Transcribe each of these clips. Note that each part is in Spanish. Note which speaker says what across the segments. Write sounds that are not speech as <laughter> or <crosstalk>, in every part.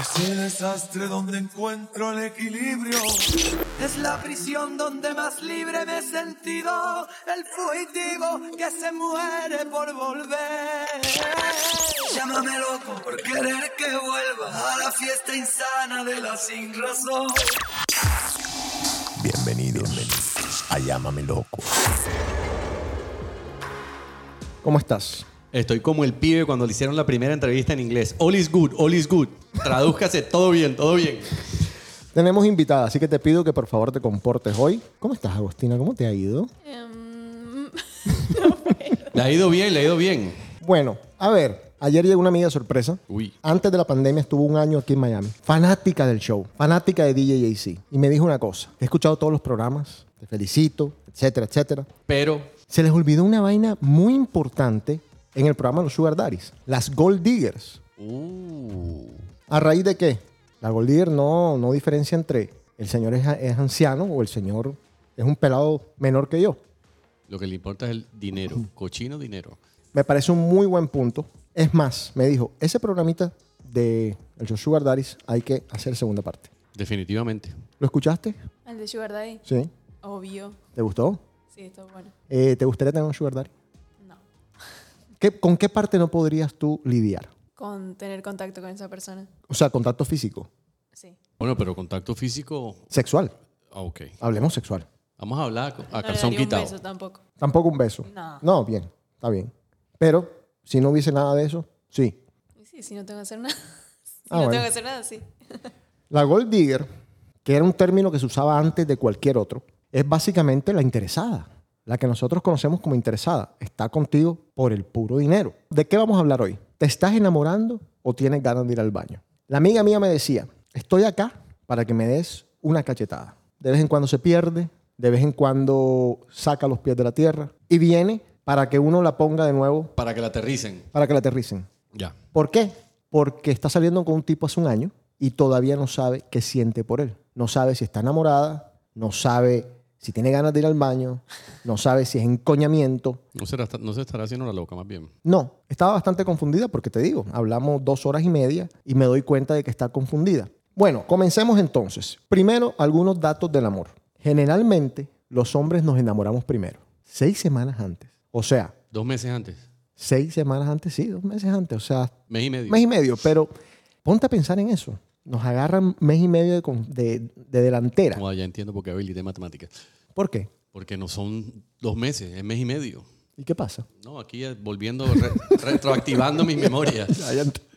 Speaker 1: Ese desastre donde encuentro el equilibrio.
Speaker 2: Es la prisión donde más libre me he sentido. El fugitivo que se muere por volver. Llámame loco por querer que vuelva a la fiesta insana de la sin razón.
Speaker 3: Bienvenidos a Llámame Loco.
Speaker 4: ¿Cómo estás?
Speaker 5: Estoy como el pibe cuando le hicieron la primera entrevista en inglés. All is good, all is good. Tradúzcase, <laughs> todo bien, todo bien.
Speaker 4: Tenemos invitada, así que te pido que por favor te comportes hoy. ¿Cómo estás, Agostina? ¿Cómo te ha ido?
Speaker 6: Em,
Speaker 5: Le ha ido bien, le ha ido bien.
Speaker 4: Bueno, a ver, ayer llegó una amiga sorpresa.
Speaker 5: Uy.
Speaker 4: Antes de la pandemia estuvo un año aquí en Miami. Fanática del show, fanática de DJ AC. Y me dijo una cosa. He escuchado todos los programas, te felicito, etcétera, etcétera.
Speaker 5: Pero
Speaker 4: Se les olvidó una vaina muy importante en el programa de los Sugar Daddies. Las Gold Diggers. ¿A raíz de qué? La Gold Digger no, no diferencia entre el señor es, es anciano o el señor es un pelado menor que yo.
Speaker 5: lo que le importa es el dinero, cochino dinero.
Speaker 4: Me parece un muy buen punto. Es más, me dijo, ese programita de el show Sugar Daddies hay que hacer segunda parte.
Speaker 5: Definitivamente.
Speaker 4: ¿Lo escuchaste?
Speaker 6: el de Sugar Daddy.
Speaker 4: Sí.
Speaker 6: Obvio.
Speaker 4: ¿Te gustó?
Speaker 6: Sí, está bueno.
Speaker 4: Eh, ¿Te gustaría tener un Sugar Daddy?
Speaker 6: No.
Speaker 4: ¿Qué- ¿Con qué parte no podrías tú lidiar?
Speaker 6: Con tener contacto con esa persona.
Speaker 4: O sea, contacto físico,
Speaker 6: Sí.
Speaker 5: Bueno, pero contacto físico,
Speaker 4: sexual.
Speaker 5: ah, ok.
Speaker 4: Hablemos sexual.
Speaker 5: Vamos a hablar co- a
Speaker 6: no le
Speaker 5: calzón
Speaker 6: daría un
Speaker 5: quitado.
Speaker 6: beso tampoco.
Speaker 4: Tampoco un beso.
Speaker 6: No.
Speaker 4: bien, está bien. Pero si no hubiese nada de eso, sí.
Speaker 6: Y Sí, si no tengo que hacer nada. <laughs> Si
Speaker 4: Ah,
Speaker 6: no
Speaker 4: bueno.
Speaker 6: tengo que hacer nada, sí.
Speaker 4: La gold digger, que era un término que se usaba antes de cualquier otro, es básicamente la interesada, la que nosotros conocemos como interesada. Está contigo por el puro dinero. ¿De qué vamos a hablar hoy? ¿Te estás enamorando o tienes ganas de ir al baño? La amiga mía me decía, estoy acá para que me des una cachetada. De vez en cuando se pierde, de vez en cuando saca los pies de la tierra y viene para que uno la ponga de nuevo,
Speaker 5: Para que la aterricen.
Speaker 4: para que la aterricen.
Speaker 5: Ya.
Speaker 4: ¿Por qué? Porque está saliendo con un tipo hace un año y todavía no sabe qué siente por él. No sabe si está enamorada, no sabe si tiene ganas de ir al baño, no sabe si es encoñamiento.
Speaker 5: No, será- no se estará haciendo la loca, más bien.
Speaker 4: No, estaba bastante confundida porque te digo, hablamos dos horas y media y me doy cuenta de que está confundida. Bueno, comencemos entonces. Primero, algunos datos del amor. Generalmente, los hombres nos enamoramos primero, seis semanas antes. O sea,
Speaker 5: Dos meses antes.
Speaker 4: seis semanas antes, sí, dos meses antes. O sea,
Speaker 5: Mes y medio.
Speaker 4: mes y medio, pero ponte a pensar en eso. Nos agarran mes y medio de, con- de- de delantera.
Speaker 5: Como ya entiendo por qué habilité matemáticas.
Speaker 4: ¿Por qué?
Speaker 5: Porque no son dos meses, es mes y medio.
Speaker 4: ¿Y qué pasa?
Speaker 5: No, aquí eh, volviendo, re- <laughs> retroactivando mis memorias.
Speaker 4: <laughs>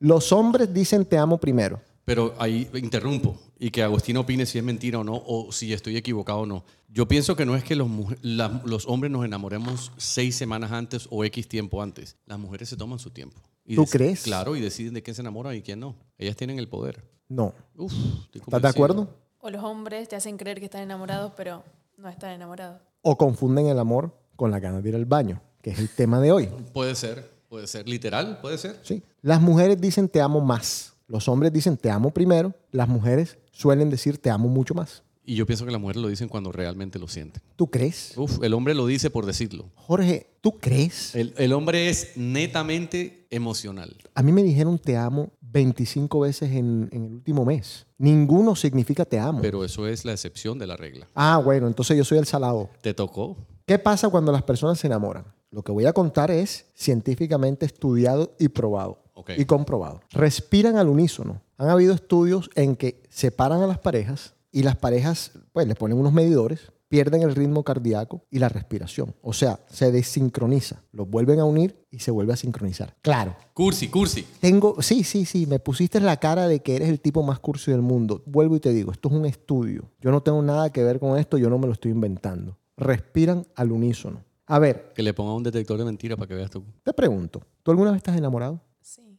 Speaker 4: Los hombres dicen te amo primero.
Speaker 5: Pero ahí interrumpo y que Agustín opine si es mentira o no, o si estoy equivocado o no. Yo pienso que no es que los, mujer- la- los hombres nos enamoremos seis semanas antes o X tiempo antes. Las mujeres se toman su tiempo. Y
Speaker 4: ¿Tú
Speaker 5: dec-
Speaker 4: crees?
Speaker 5: Claro, y deciden de quién se enamoran y quién no. Ellas tienen el poder.
Speaker 4: No.
Speaker 5: Uf, estoy
Speaker 4: ¿Estás de
Speaker 5: convencido.
Speaker 4: acuerdo?
Speaker 6: O los hombres te hacen creer que están enamorados, pero no están enamorados.
Speaker 4: O confunden el amor con la ganas de ir al baño, que es el tema de hoy.
Speaker 5: Puede ser, puede ser. Literal, puede ser.
Speaker 4: Sí. Las mujeres dicen te amo más. Los hombres dicen te amo primero. Las mujeres suelen decir te amo mucho más.
Speaker 5: Y yo pienso que las mujeres lo dicen cuando realmente lo sienten.
Speaker 4: ¿Tú crees?
Speaker 5: Uf, el hombre lo dice por decirlo.
Speaker 4: Jorge, ¿tú crees?
Speaker 5: El, el hombre es netamente emocional.
Speaker 4: A mí me dijeron te amo 25 veces en, en el último mes. Ninguno significa te amo.
Speaker 5: Pero eso es la excepción de la regla.
Speaker 4: Ah, bueno, entonces yo soy el salado.
Speaker 5: Te tocó.
Speaker 4: ¿Qué pasa cuando las personas se enamoran? Lo que voy a contar es científicamente estudiado y probado
Speaker 5: Ok.
Speaker 4: y comprobado. Respiran al unísono. Han habido estudios en que separan a las parejas y las parejas, pues, les ponen unos medidores, pierden el ritmo cardíaco y la respiración. O sea, se desincroniza. Los vuelven a unir y se vuelve a sincronizar. Claro,
Speaker 5: Cursi, cursi.
Speaker 4: tengo, sí, sí, sí, me pusiste la cara de que eres el tipo más cursi del mundo. Vuelvo y te digo, esto es un estudio. Yo no tengo nada que ver con esto, yo no me lo estoy inventando. Respiran al unísono. A ver,
Speaker 5: Que le ponga un detector de mentira para que veas tú.
Speaker 4: te pregunto, ¿tú alguna vez estás enamorado?
Speaker 6: Sí.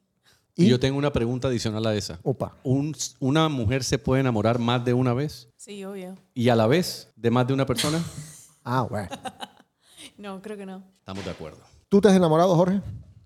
Speaker 5: Y yo tengo una pregunta adicional a esa.
Speaker 4: Opa,
Speaker 5: Un- ¿Una mujer se puede enamorar más de una vez
Speaker 6: Sí, obvio.
Speaker 5: y a la vez de más de una persona?
Speaker 4: ah, bueno.
Speaker 6: No, creo que no.
Speaker 5: Estamos de acuerdo.
Speaker 4: ¿Tú te has enamorado, Jorge?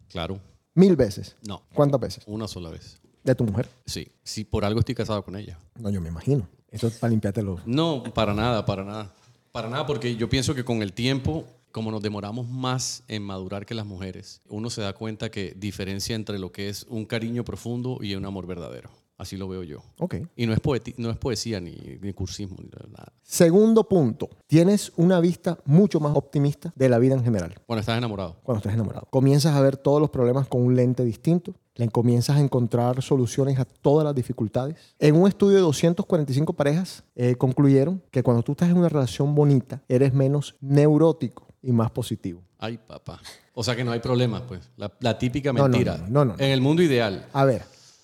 Speaker 5: Claro.
Speaker 4: Mil veces.
Speaker 5: No,
Speaker 4: ¿Cuántas veces?
Speaker 5: una sola vez.
Speaker 4: ¿De tu mujer?
Speaker 5: Sí, sí, por algo estoy casado con ella.
Speaker 4: No, yo me imagino. Eso es para limpiarte los...
Speaker 5: No, para nada, para nada. Para nada, porque yo pienso que con el tiempo, como nos demoramos más en madurar que las mujeres, uno se da cuenta que diferencia entre lo que es un cariño profundo y un amor verdadero. Así lo veo yo.
Speaker 4: Ok.
Speaker 5: Y no es, poeti- no es poesía ni, ni cursismo ni nada.
Speaker 4: Segundo punto, tienes una vista mucho más optimista de la vida en general.
Speaker 5: Bueno, estás enamorado.
Speaker 4: cuando estás enamorado. Comienzas a ver todos los problemas con un lente distinto. Le comienzas a encontrar soluciones a todas las dificultades. En un estudio de 245 parejas eh, concluyeron que cuando tú estás en una relación bonita, eres menos neurótico y más positivo.
Speaker 5: Ay, papá. O sea que no hay problemas, pues. La, la típica
Speaker 4: No, no,
Speaker 5: mentira.
Speaker 4: no, no, no, no.
Speaker 5: En el mundo ideal.
Speaker 4: A ver,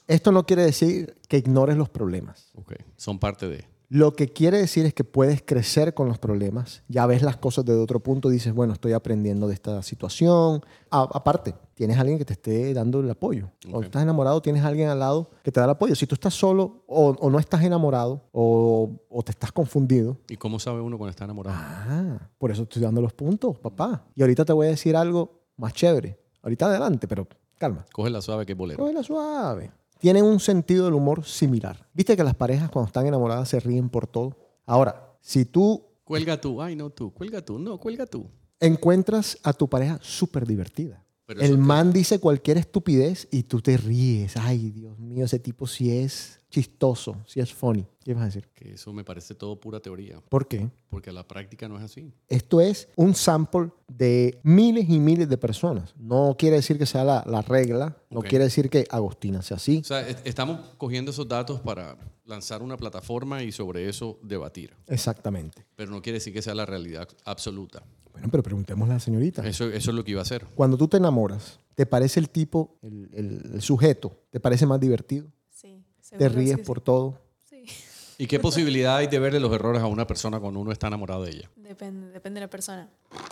Speaker 4: esto no quiere decir que ignores los problemas.
Speaker 5: Ok. Son parte de.
Speaker 4: Lo que quiere decir es que puedes crecer con los problemas, ya ves las cosas desde otro punto, dices, bueno, estoy aprendiendo de esta situación. A- aparte, tienes alguien que te esté dando el apoyo. Cuando estás enamorado, tienes alguien al lado que te da el apoyo. Si tú estás solo o, o no estás enamorado o, o te estás confundido,
Speaker 5: ¿Y cómo sabe uno cuando está enamorado?
Speaker 4: ah, por eso estoy dando los puntos, papá. Y ahorita te voy a decir algo más chévere. Ahorita adelante, pero calma.
Speaker 5: Coge la suave que es bolero.
Speaker 4: Cógela suave. Tienen un sentido del humor similar. Viste que las parejas cuando están enamoradas se ríen por todo. Ahora, si tú
Speaker 5: Cuelga tú. Ay, no tú. Cuelga tú. No, cuelga tú.
Speaker 4: encuentras a tu pareja súper divertida,
Speaker 5: Pero eso
Speaker 4: el
Speaker 5: te-
Speaker 4: man dice cualquier estupidez y tú te ríes. Ay, Dios mío, ese tipo sí es chistoso, sí es funny. ¿Qué vas a decir?
Speaker 5: Que eso me parece todo pura teoría.
Speaker 4: ¿Por qué?
Speaker 5: Porque la práctica no es así.
Speaker 4: Esto es un sample de miles y miles de personas. No quiere decir que sea la, la regla, no
Speaker 5: Ok.
Speaker 4: quiere decir que Agostina sea así.
Speaker 5: O sea, est- estamos cogiendo esos datos para lanzar una plataforma y sobre eso debatir.
Speaker 4: Exactamente.
Speaker 5: Pero no quiere decir que sea la realidad absoluta.
Speaker 4: Bueno, pero preguntémosle a la señorita.
Speaker 5: Eso, eso es lo que iba a hacer.
Speaker 4: Cuando tú te enamoras, ¿te parece el tipo, el, el- el sujeto, te parece más divertido?
Speaker 6: Sí.
Speaker 4: ¿Te
Speaker 6: seguro
Speaker 4: ríes
Speaker 6: que
Speaker 4: por todo?
Speaker 6: Sí. Sí.
Speaker 5: ¿Y qué posibilidad hay de verle los errores a una persona cuando uno está enamorado de ella?
Speaker 6: Depende, depende de la persona.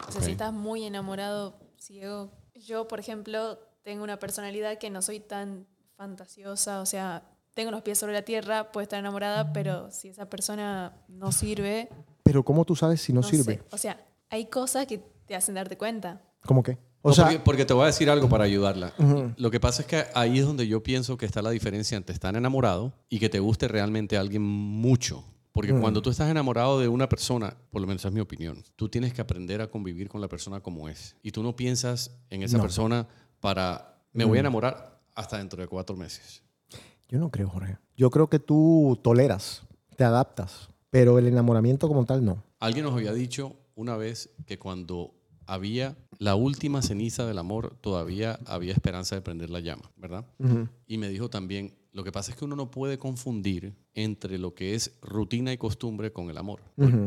Speaker 6: O sea,
Speaker 5: Ok.
Speaker 6: si estás muy enamorado, ciego. Yo, por ejemplo, tengo una personalidad que no soy tan fantasiosa, o sea, tengo los pies sobre la tierra, puedo estar enamorada, pero si esa persona no sirve,
Speaker 4: Pero ¿cómo tú sabes si no,
Speaker 6: no,
Speaker 4: sirve?
Speaker 6: sé. O sea, hay cosas que te hacen darte cuenta.
Speaker 4: ¿Cómo qué? O
Speaker 5: No,
Speaker 4: sea,
Speaker 5: porque, porque te voy a decir algo para ayudarla. Lo que pasa es que ahí es donde yo pienso que está la diferencia entre estar enamorado y que te guste realmente a alguien mucho. Porque cuando tú estás enamorado de una persona, por lo menos esa es mi opinión, tú tienes que aprender a convivir con la persona como es. Y tú no piensas en esa persona para, me voy a enamorar hasta dentro de cuatro meses.
Speaker 4: yo no creo, Jorge. Yo creo que tú toleras, te adaptas, pero el enamoramiento como tal no.
Speaker 5: Alguien nos había dicho una vez que cuando había la última ceniza del amor, todavía había esperanza de prender la llama, ¿verdad? Y me dijo también, lo que pasa es que uno no puede confundir entre lo que es rutina y costumbre con el amor.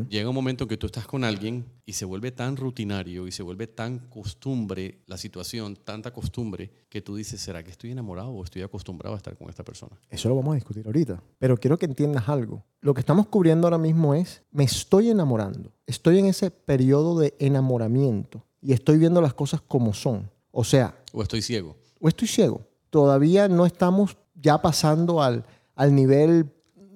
Speaker 5: Llega un momento en que tú estás con alguien y se vuelve tan rutinario y se vuelve tan costumbre la situación, tanta costumbre, que tú dices, ¿será que estoy enamorado o estoy acostumbrado a estar con esta persona?
Speaker 4: Eso lo vamos a discutir ahorita. Pero quiero que entiendas algo. Lo que estamos cubriendo ahora mismo es, me estoy enamorando. Estoy en ese periodo de enamoramiento y estoy viendo las cosas como son. O sea,
Speaker 5: ¿O estoy ciego?
Speaker 4: o estoy ciego. Todavía no estamos ya pasando al, al nivel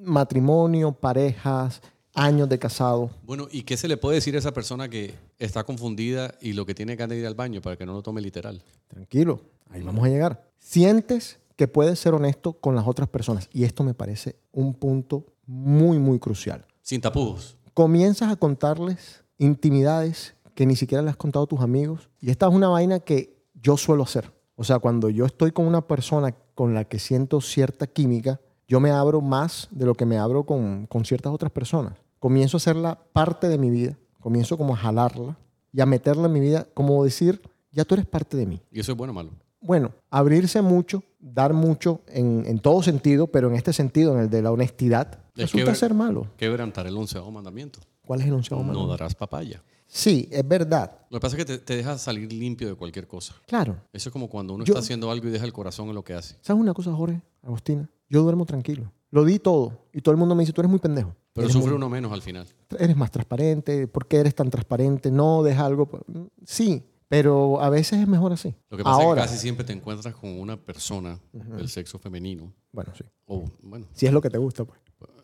Speaker 4: matrimonio, parejas, años de casado.
Speaker 5: Bueno, ¿y qué se le puede decir a esa persona que está confundida y lo que tiene ganas de ir al baño para que no lo tome literal?
Speaker 4: Tranquilo, ahí vamos a llegar. Sientes que puedes ser honesto con las otras personas. Y esto me parece un punto muy, muy crucial.
Speaker 5: Sin tapujos.
Speaker 4: Comienzas a contarles intimidades que ni siquiera le has contado a tus amigos. Y esta es una vaina que yo suelo hacer. O sea, cuando yo estoy con una persona con la que siento cierta química, yo me abro más de lo que me abro con, con ciertas otras personas. Comienzo a hacerla parte de mi vida. Comienzo como a jalarla y a meterla en mi vida, como decir, ya tú eres parte de mí
Speaker 5: ¿Y eso es bueno o malo?
Speaker 4: bueno, abrirse mucho, dar mucho en, en todo sentido, pero en este sentido, en el de la honestidad,
Speaker 5: Es
Speaker 4: resulta
Speaker 5: que-
Speaker 4: ser malo.
Speaker 5: Quebrantar el onceavo mandamiento.
Speaker 4: ¿Cuál es el onceavo
Speaker 5: No
Speaker 4: mandamiento?
Speaker 5: darás papaya.
Speaker 4: Sí, es verdad.
Speaker 5: Lo que pasa es que te, te deja salir limpio de cualquier cosa.
Speaker 4: Claro.
Speaker 5: Eso es como cuando uno
Speaker 4: Yo-
Speaker 5: está haciendo algo y deja el corazón en lo que hace.
Speaker 4: ¿Sabes una cosa, Jorge, Agostina? Yo duermo tranquilo. Lo di todo y todo el mundo me dice, tú eres muy pendejo.
Speaker 5: Pero
Speaker 4: eres,
Speaker 5: sufre uno menos al final.
Speaker 4: eres más transparente. ¿Por qué eres tan transparente? No, deja algo. pa- Sí, pero a veces es mejor así.
Speaker 5: Lo que pasa
Speaker 4: Ahora,
Speaker 5: es que casi siempre te encuentras con una persona del sexo femenino.
Speaker 4: bueno, sí.
Speaker 5: O, bueno,
Speaker 4: Si es lo que te gusta, pues.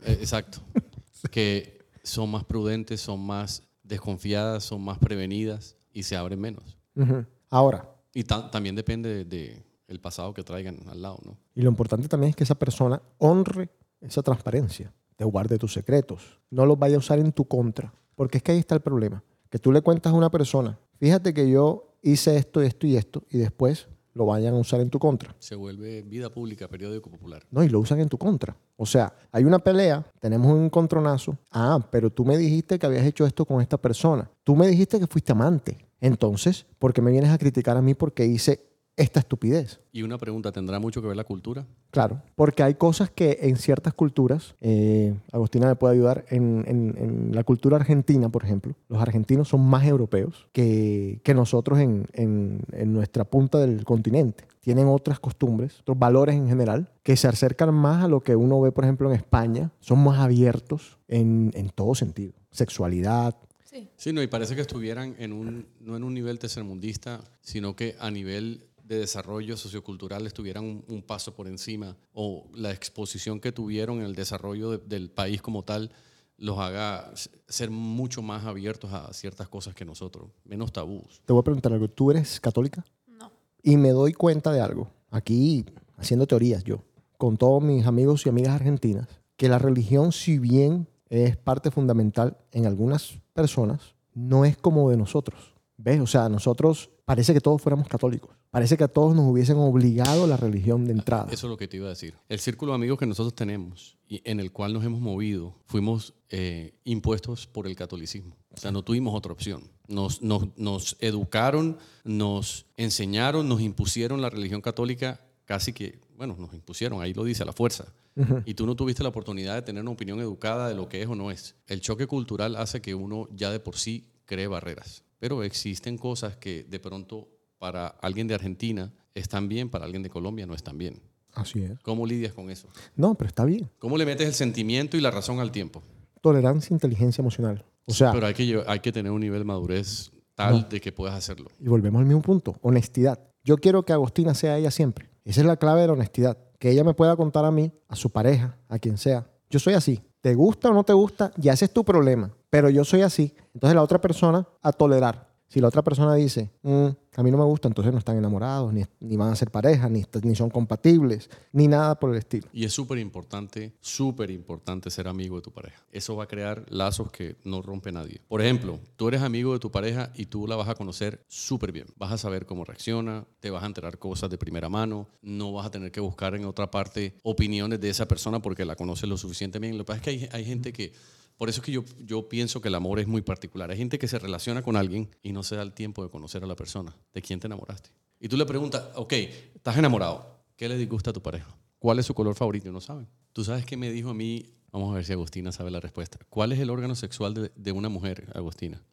Speaker 5: Eh,
Speaker 4: <laughs>
Speaker 5: Exacto. que son más prudentes, son más desconfiadas, son más prevenidas y se abren menos.
Speaker 4: Ujú. Ahora,
Speaker 5: Y ta- también depende de, de el pasado que traigan al lado, ¿no?
Speaker 4: Y lo importante también es que esa persona honre esa transparencia, te guarde tus secretos, no los vaya a usar en tu contra, porque es que ahí está el problema, que tú le cuentas a una persona, fíjate que yo hice esto, esto y esto, y después lo vayan a usar en tu contra.
Speaker 5: Se vuelve vida pública, periódico popular.
Speaker 4: No, y lo usan en tu contra. O sea, hay una pelea, tenemos un encontronazo. Ah, pero tú me dijiste que habías hecho esto con esta persona. Tú me dijiste que fuiste amante. Entonces, ¿por qué me vienes a criticar a mí porque hice esta estupidez?
Speaker 5: Y una pregunta, ¿tendrá mucho que ver la cultura?
Speaker 4: Claro, porque hay cosas que en ciertas culturas, eh, Agustina me puede ayudar, en, en- en la cultura argentina, por ejemplo, los argentinos son más europeos que, que nosotros en, en- en nuestra punta del continente. Tienen otras costumbres, otros valores en general, que se acercan más a lo que uno ve, por ejemplo, en España. Son más abiertos en, en todo sentido. Sexualidad.
Speaker 6: Sí.
Speaker 5: Sí, no, y parece que estuvieran en un, no en un nivel tercermundista, sino que a nivel de desarrollo sociocultural estuvieran un, un paso por encima o la exposición que tuvieron en el desarrollo de- del país como tal los haga s- ser mucho más abiertos a ciertas cosas que nosotros, menos tabús.
Speaker 4: Te voy a preguntar algo. ¿Tú eres católica?
Speaker 6: No.
Speaker 4: Y me doy cuenta de algo, aquí haciendo teorías yo, con todos mis amigos y amigas argentinas, que la religión, si bien es parte fundamental en algunas personas, no es como de nosotros. ¿Ves? O sea, nosotros parece que todos fuéramos católicos. Parece que a todos nos hubiesen obligado la religión de entrada.
Speaker 5: Eso es lo que te iba a decir. El círculo de amigos que nosotros tenemos y en el cual nos hemos movido, fuimos eh, impuestos por el catolicismo. O sea, no tuvimos otra opción. Nos, nos, nos educaron, nos enseñaron, nos impusieron la religión católica casi que, bueno, nos impusieron, ahí lo dice, a la fuerza. Y tú no tuviste la oportunidad de tener una opinión educada de lo que es o no es. El choque cultural hace que uno ya de por sí cree barreras. Pero existen cosas que de pronto para alguien de Argentina están bien, para alguien de Colombia no están bien.
Speaker 4: Así es.
Speaker 5: ¿Cómo lidias con eso?
Speaker 4: No, pero está bien.
Speaker 5: ¿Cómo le metes el sentimiento y la razón al tiempo?
Speaker 4: Tolerancia, e inteligencia emocional. O sea,
Speaker 5: Pero hay que, llevar- hay que tener un nivel de madurez tal de que puedas hacerlo.
Speaker 4: Y volvemos al mismo punto, honestidad. Yo quiero que Agostina sea ella siempre. Esa es la clave de la honestidad. Que ella me pueda contar a mí, a su pareja, a quien sea. Yo soy así. ¿Te gusta o no te gusta? Ya ese es tu problema. Pero yo soy así. Entonces la otra persona a tolerar. Si la otra persona dice, "Mm, a mí no me gusta, entonces no están enamorados, ni, ni van a ser pareja, ni, est- ni son compatibles, ni nada por el estilo. <laughs>
Speaker 5: Y es súper importante, súper importante ser amigo de tu pareja. Eso va a crear lazos que no rompe nadie. Por ejemplo, tú eres amigo de tu pareja y tú la vas a conocer súper bien. Vas a saber cómo reacciona, te vas a enterar cosas de primera mano, no vas a tener que buscar en otra parte opiniones de esa persona porque la conoces lo suficiente bien. Lo que pasa es que hay, hay gente que... Por eso es que yo, yo pienso que el amor es muy particular. Hay gente que se relaciona con alguien y no se da el tiempo de conocer a la persona, de quién te enamoraste. Y tú le preguntas, ok, estás enamorado, ¿qué le disgusta a tu pareja? ¿Cuál es su color favorito? No saben. Tú sabes qué me dijo a mí. Vamos a ver si Agustina sabe la respuesta. ¿Cuál es el órgano sexual de, de una mujer, Agustina?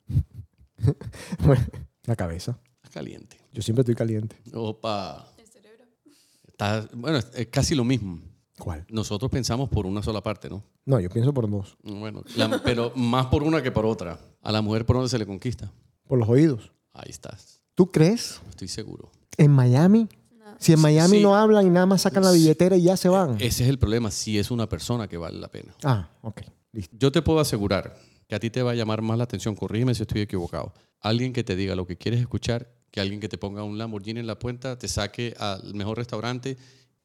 Speaker 4: la cabeza.
Speaker 5: Estás caliente.
Speaker 4: Yo siempre estoy caliente.
Speaker 5: Opa.
Speaker 6: El cerebro.
Speaker 5: Estás- bueno, es- es casi lo mismo.
Speaker 4: ¿Cuál?
Speaker 5: Nosotros pensamos por una sola parte, ¿no?
Speaker 4: No, yo pienso por dos.
Speaker 5: Bueno,
Speaker 6: <laughs>
Speaker 5: la- pero más por una que por otra. A la mujer por donde se le conquista.
Speaker 4: Por los oídos.
Speaker 5: Ahí estás.
Speaker 4: ¿Tú crees?
Speaker 5: Estoy seguro.
Speaker 4: ¿En Miami? Si en Miami
Speaker 5: sí.
Speaker 4: no hablan y nada más sacan la billetera y ya se van.
Speaker 5: Ese es el problema, si es una persona que vale la pena.
Speaker 4: Ah, ok. Listo.
Speaker 5: Yo te puedo asegurar que a ti te va a llamar más la atención, corrígeme si estoy equivocado. Alguien que te diga lo que quieres escuchar, que alguien que te ponga un Lamborghini en la puerta, te saque al mejor restaurante,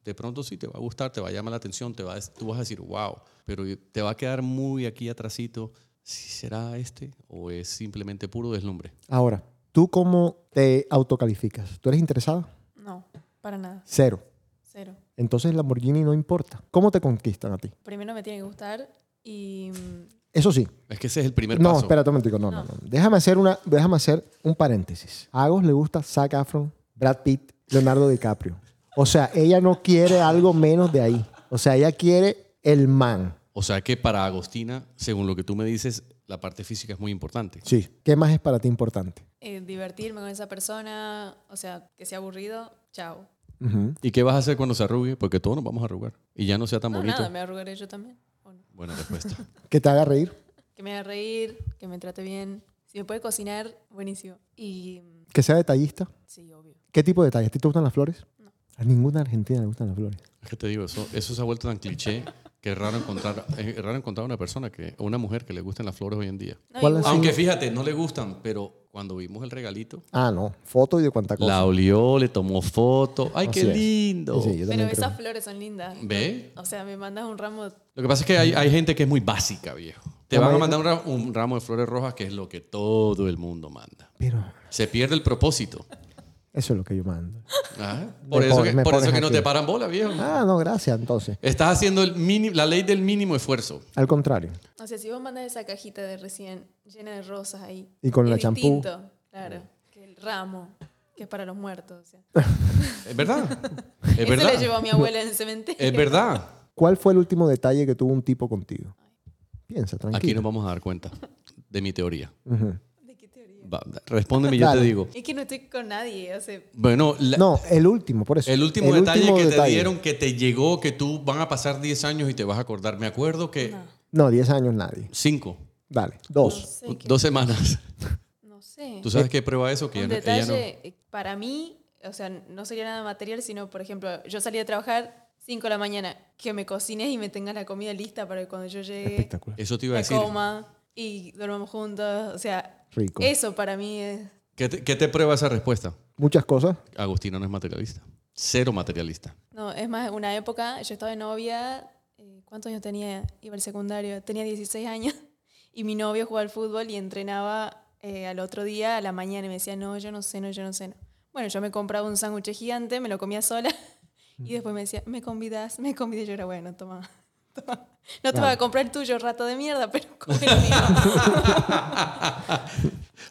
Speaker 5: de pronto sí te va a gustar, te va a llamar la atención, te va a- tú vas a decir, wow, pero te va a quedar muy aquí atrasito. si ¿Será este o es simplemente puro deslumbre?
Speaker 4: Ahora, ¿tú cómo te autocalificas? ¿Tú eres interesada?
Speaker 6: No, para nada.
Speaker 4: Cero.
Speaker 6: Cero.
Speaker 4: Entonces el Lamborghini no importa. ¿Cómo te conquistan a ti?
Speaker 6: Primero me tiene que gustar y mm,
Speaker 4: Eso sí.
Speaker 5: Es que ese es el primer
Speaker 4: No,
Speaker 5: paso.
Speaker 4: espérate un momentico. No, no, no. Déjame hacer, una, déjame hacer un paréntesis. A Agos le gusta Zac Efron, Brad Pitt, Leonardo DiCaprio. O sea, ella no quiere algo menos de ahí. O sea, ella quiere el man.
Speaker 5: O sea que para Agostina, según lo que tú me dices, la parte física es muy importante.
Speaker 4: Sí. ¿Qué más es para ti importante?
Speaker 6: eh, divertirme con esa persona, o sea, que sea aburrido, chao.
Speaker 4: Ujú.
Speaker 5: ¿Y qué vas a hacer cuando se arrugue? Porque todos nos vamos a arrugar. Y ya no sea tan
Speaker 6: No,
Speaker 5: bonito.
Speaker 6: nada, me arrugaré yo también. ¿o no?
Speaker 5: Buena respuesta.
Speaker 4: Que te haga reír.
Speaker 6: Que me haga reír, que me trate bien. Si me puede cocinar, buenísimo. Y mm,
Speaker 4: Que sea detallista.
Speaker 6: sí, obvio.
Speaker 4: ¿Qué tipo de detalles? ¿A ti te gustan las flores? A ninguna argentina le gustan las flores.
Speaker 5: ¿Qué te digo? Eso, eso se ha vuelto tan cliché que es raro encontrar, es raro encontrar una persona que, o una mujer que le gusten las flores hoy en día.
Speaker 6: No,
Speaker 4: ¿Cuál
Speaker 6: igual.
Speaker 4: ha sido?
Speaker 5: Aunque fíjate, no le gustan, pero cuando vimos el regalito,
Speaker 4: Ah, no. Foto y de cuánta cosa.
Speaker 5: la olió, le tomó foto. ¡Ay,
Speaker 4: Así
Speaker 5: qué
Speaker 4: es.
Speaker 5: lindo!
Speaker 4: Sí, yo
Speaker 6: Pero
Speaker 4: también creo.
Speaker 6: esas flores son lindas.
Speaker 5: ¿Ve?
Speaker 6: O sea, me mandas un ramo.
Speaker 5: Lo que pasa es que hay, hay gente que es muy básica, viejo. Te
Speaker 4: La
Speaker 5: van a
Speaker 4: mayoría-
Speaker 5: mandar un ra- un ramo de flores rojas, que es lo que todo el mundo manda.
Speaker 4: Pero,
Speaker 5: Se pierde el propósito.
Speaker 4: Eso es lo que yo mando.
Speaker 5: Ah, por
Speaker 4: Me
Speaker 5: eso,
Speaker 4: pones-
Speaker 5: que,
Speaker 4: me
Speaker 5: por eso
Speaker 4: pones
Speaker 5: que no
Speaker 4: aquí.
Speaker 5: te paran bola, viejo.
Speaker 4: Ah, no, gracias, entonces.
Speaker 5: Estás haciendo el mini- la ley del mínimo esfuerzo.
Speaker 4: Al contrario.
Speaker 6: O sea, si vos mandas esa cajita de recién llena de rosas ahí.
Speaker 4: Y con
Speaker 6: es
Speaker 4: la champú.
Speaker 6: distinto, Claro. Que el ramo, que es para los muertos. O sea.
Speaker 5: Es
Speaker 6: <laughs>
Speaker 5: verdad. Es
Speaker 6: Eso
Speaker 5: verdad.
Speaker 6: le llevó a mi abuela en el cementerio.
Speaker 5: Es verdad.
Speaker 4: ¿Cuál fue el último detalle que tuvo un tipo contigo? Piensa, tranquilo.
Speaker 5: Aquí nos vamos a dar cuenta de mi teoría.
Speaker 4: Ujú.
Speaker 6: <laughs> ¿De qué teoría?
Speaker 5: Va, respóndeme y yo
Speaker 4: Dale.
Speaker 5: te digo.
Speaker 6: Es que no estoy con nadie. O sea,
Speaker 5: Bueno, la-
Speaker 4: No, el último, por eso.
Speaker 5: el último detalle
Speaker 4: último
Speaker 5: que te
Speaker 4: detalle.
Speaker 5: dieron, que te llegó, que tú van a pasar 10 años y te vas a acordar. Me acuerdo que
Speaker 4: No, 10 años nadie.
Speaker 5: 5,
Speaker 4: Dale,
Speaker 6: no
Speaker 4: dos.
Speaker 6: sé. qué-
Speaker 5: dos semanas. <laughs>
Speaker 6: no sé.
Speaker 5: ¿Tú sabes qué prueba eso? Que
Speaker 6: un
Speaker 5: ella no- ella
Speaker 6: detalle,
Speaker 5: no-
Speaker 6: eh, para mí, o sea, no sería nada material, sino, por ejemplo, yo salí a trabajar 5 de la mañana, que me cocines y me tengas la comida lista para que cuando yo llegue,
Speaker 4: Espectacular.
Speaker 5: Eso te iba a
Speaker 6: la
Speaker 5: decir.
Speaker 6: coma y dormamos juntos. O sea,
Speaker 4: Rico.
Speaker 6: eso para mí es...
Speaker 5: ¿Qué te, qué te prueba esa respuesta?
Speaker 4: Muchas cosas.
Speaker 5: Agustina no es materialista. Cero materialista.
Speaker 6: No, es más, una época, yo estaba de novia, eh, ¿cuántos años tenía? Iba al secundario, tenía 16 años, y mi novio jugaba al fútbol y entrenaba eh, al otro día, a la mañana, y me decía, no, yo no sé, no, yo no sé. No. Bueno, yo me compraba un sándwich gigante, me lo comía sola, <laughs> y después me decía, ¿me convidas? Me convidas, yo era, bueno, toma. <laughs> toma. No te vas a comprar el tuyo, rato de mierda, pero <laughs> come el mío".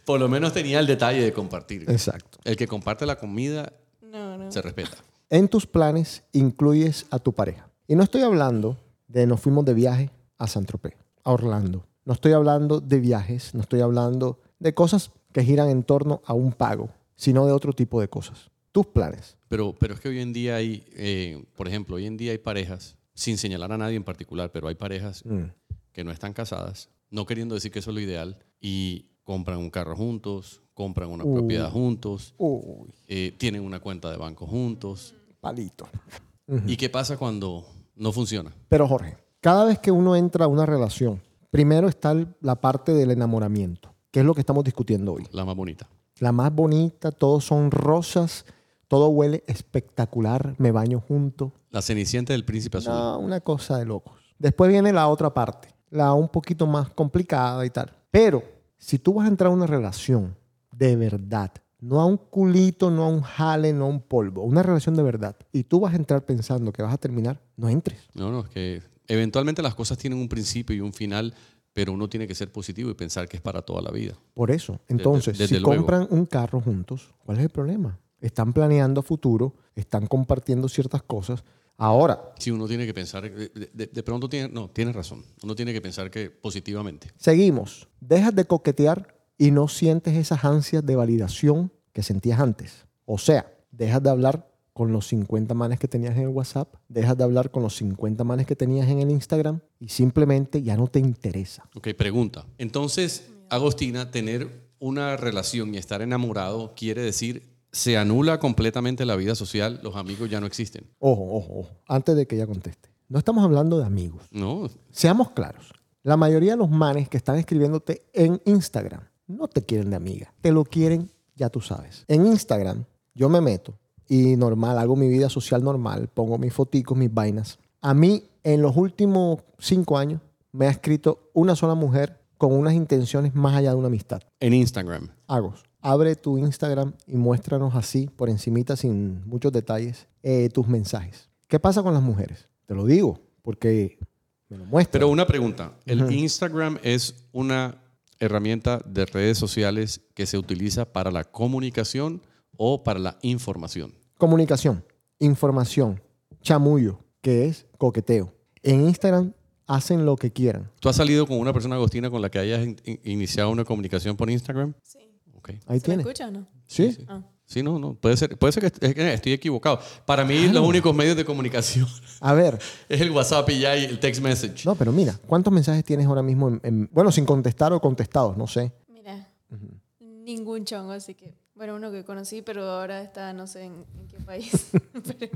Speaker 5: Por lo menos tenía el detalle de compartir.
Speaker 4: Exacto.
Speaker 5: El que comparte la comida
Speaker 6: No, no.
Speaker 5: se respeta.
Speaker 4: En tus planes incluyes a tu pareja. Y no estoy hablando de nos fuimos de viaje a Saint-Tropez, a Orlando. No estoy hablando de viajes, no estoy hablando de cosas que giran en torno a un pago, sino de otro tipo de cosas. Tus planes.
Speaker 5: Pero, pero es que hoy en día hay, eh, por ejemplo, hoy en día hay parejas, sin señalar a nadie en particular, pero hay parejas
Speaker 4: Mm.
Speaker 5: que no están casadas, no queriendo decir que eso es lo ideal, y compran un carro juntos, compran una
Speaker 4: Uh.
Speaker 5: propiedad juntos,
Speaker 4: Uy,
Speaker 5: eh, tienen una cuenta de banco juntos.
Speaker 4: palito.
Speaker 5: ¿Y qué pasa cuando no funciona?
Speaker 4: Pero Jorge, cada vez que uno entra a una relación, primero está el- la parte del enamoramiento, que es lo que estamos discutiendo hoy.
Speaker 5: La más bonita.
Speaker 4: La más bonita, todos son rosas, todo huele espectacular, me baño junto.
Speaker 5: La cenicienta del príncipe azul.
Speaker 4: No, una cosa de locos. Después viene la otra parte, la un poquito más complicada y tal. Pero si tú vas a entrar a una relación de verdad, no a un culito, no a un jale, no a un polvo, una relación de verdad, y tú vas a entrar pensando que vas a terminar, no entres.
Speaker 5: No, no, es que eventualmente las cosas tienen un principio y un final, pero uno tiene que ser positivo y pensar que es para toda la vida.
Speaker 4: Por eso. Entonces,
Speaker 5: desde
Speaker 4: si
Speaker 5: luego.
Speaker 4: compran un carro juntos, ¿cuál es el problema? Están planeando a futuro, están compartiendo ciertas cosas. Ahora,
Speaker 5: Si uno tiene que pensar, eh, de, de- de pronto tiene, no, tienes razón, uno tiene que pensar que positivamente.
Speaker 4: seguimos. Dejas de coquetear y no sientes esas ansias de validación que sentías antes. O sea, dejas de hablar con los 50 manes que tenías en el WhatsApp, dejas de hablar con los 50 manes que tenías en el Instagram y simplemente ya no te interesa.
Speaker 5: Ok, pregunta. Entonces, Agostina, tener una relación y estar enamorado quiere decir se anula completamente la vida social, los amigos ya no existen.
Speaker 4: Ojo, ojo, ojo. Antes de que ella conteste. No estamos hablando de amigos.
Speaker 5: No,
Speaker 4: Seamos claros, la mayoría de los manes que están escribiéndote en Instagram no te quieren de amiga, te lo quieren, ya tú sabes. En Instagram yo me meto y normal, hago mi vida social normal, pongo mis foticos, mis vainas. A mí en los últimos cinco años me ha escrito una sola mujer con unas intenciones más allá de una amistad.
Speaker 5: en Instagram.
Speaker 4: Agos, abre tu Instagram y muéstranos así, por encimita, sin muchos detalles, eh, tus mensajes. ¿Qué pasa con las mujeres? Te lo digo, porque me lo muestran.
Speaker 5: Pero una pregunta, el Instagram es una herramienta de redes sociales que se utiliza para la comunicación o para la información.
Speaker 4: Comunicación, información, chamullo, que es coqueteo. En Instagram hacen lo que quieran.
Speaker 5: ¿Tú has salido con una persona, Agostina, con la que hayas in- in- iniciado una comunicación por Instagram?
Speaker 6: Sí.
Speaker 5: Ok.
Speaker 4: Ahí
Speaker 6: ¿Se me
Speaker 4: tienes.
Speaker 6: escucha o no?
Speaker 4: Sí.
Speaker 5: sí.
Speaker 6: Ah.
Speaker 5: Sí, no, no. Puede ser, puede ser que est- es que estoy equivocado. Para mí, los únicos medios de comunicación <laughs>
Speaker 4: A ver,
Speaker 5: es el WhatsApp y ya y el text message.
Speaker 4: no, pero mira, ¿cuántos mensajes tienes ahora mismo? En, en- bueno, sin contestar o contestados, no sé.
Speaker 6: Mira, ningún chongo, así que. Bueno, uno que conocí, pero ahora está no sé en, en qué país. <laughs> pero,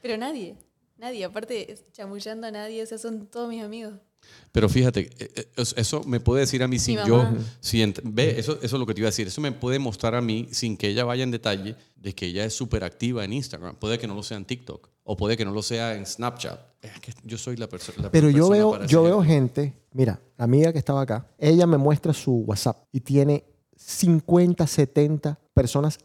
Speaker 6: pero nadie, nadie. Aparte, es chamullando a nadie, o sea, son todos mis amigos. <laughs>
Speaker 5: Pero fíjate, eh, eh, es- eso me puede decir a mí sin
Speaker 6: mamá.
Speaker 5: yo.
Speaker 6: Ujú.
Speaker 5: si ent- ve, eso, eso es lo que te iba a decir. Eso me puede mostrar a mí sin que ella vaya en detalle de que ella es súper activa en Instagram. Puede que no lo sea en TikTok o puede que no lo sea en Snapchat. Es que yo soy la, perso- la
Speaker 4: Pero yo
Speaker 5: persona
Speaker 4: veo,
Speaker 5: para
Speaker 4: yo
Speaker 5: hacer-
Speaker 4: veo gente, mira, la amiga que estaba acá, ella me muestra su WhatsApp y tiene 50, 70 personas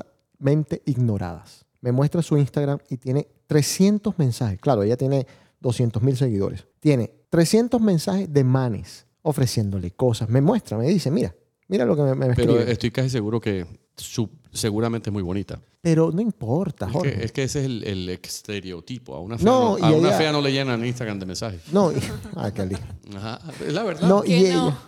Speaker 4: absolutamente ignoradas. Me muestra su Instagram y tiene 300 mensajes. Claro, ella tiene 200 mil seguidores. Tiene 300 mensajes de manes ofreciéndole cosas. Me muestra, me dice, mira, mira lo que me, me
Speaker 5: Pero
Speaker 4: escribe.
Speaker 5: estoy casi seguro que su- seguramente es muy bonita.
Speaker 4: Pero no importa,
Speaker 5: Es que,
Speaker 4: Jorge.
Speaker 5: es que ese es el, el estereotipo. A una fea
Speaker 4: No,
Speaker 5: no, a
Speaker 4: y
Speaker 5: una
Speaker 4: ella-
Speaker 5: fea no le llenan Instagram de mensajes.
Speaker 4: No, y- <laughs> ay, qué lindo.
Speaker 5: Ajá, es la verdad.
Speaker 4: No, y
Speaker 6: ¿Qué
Speaker 4: ella.
Speaker 6: no?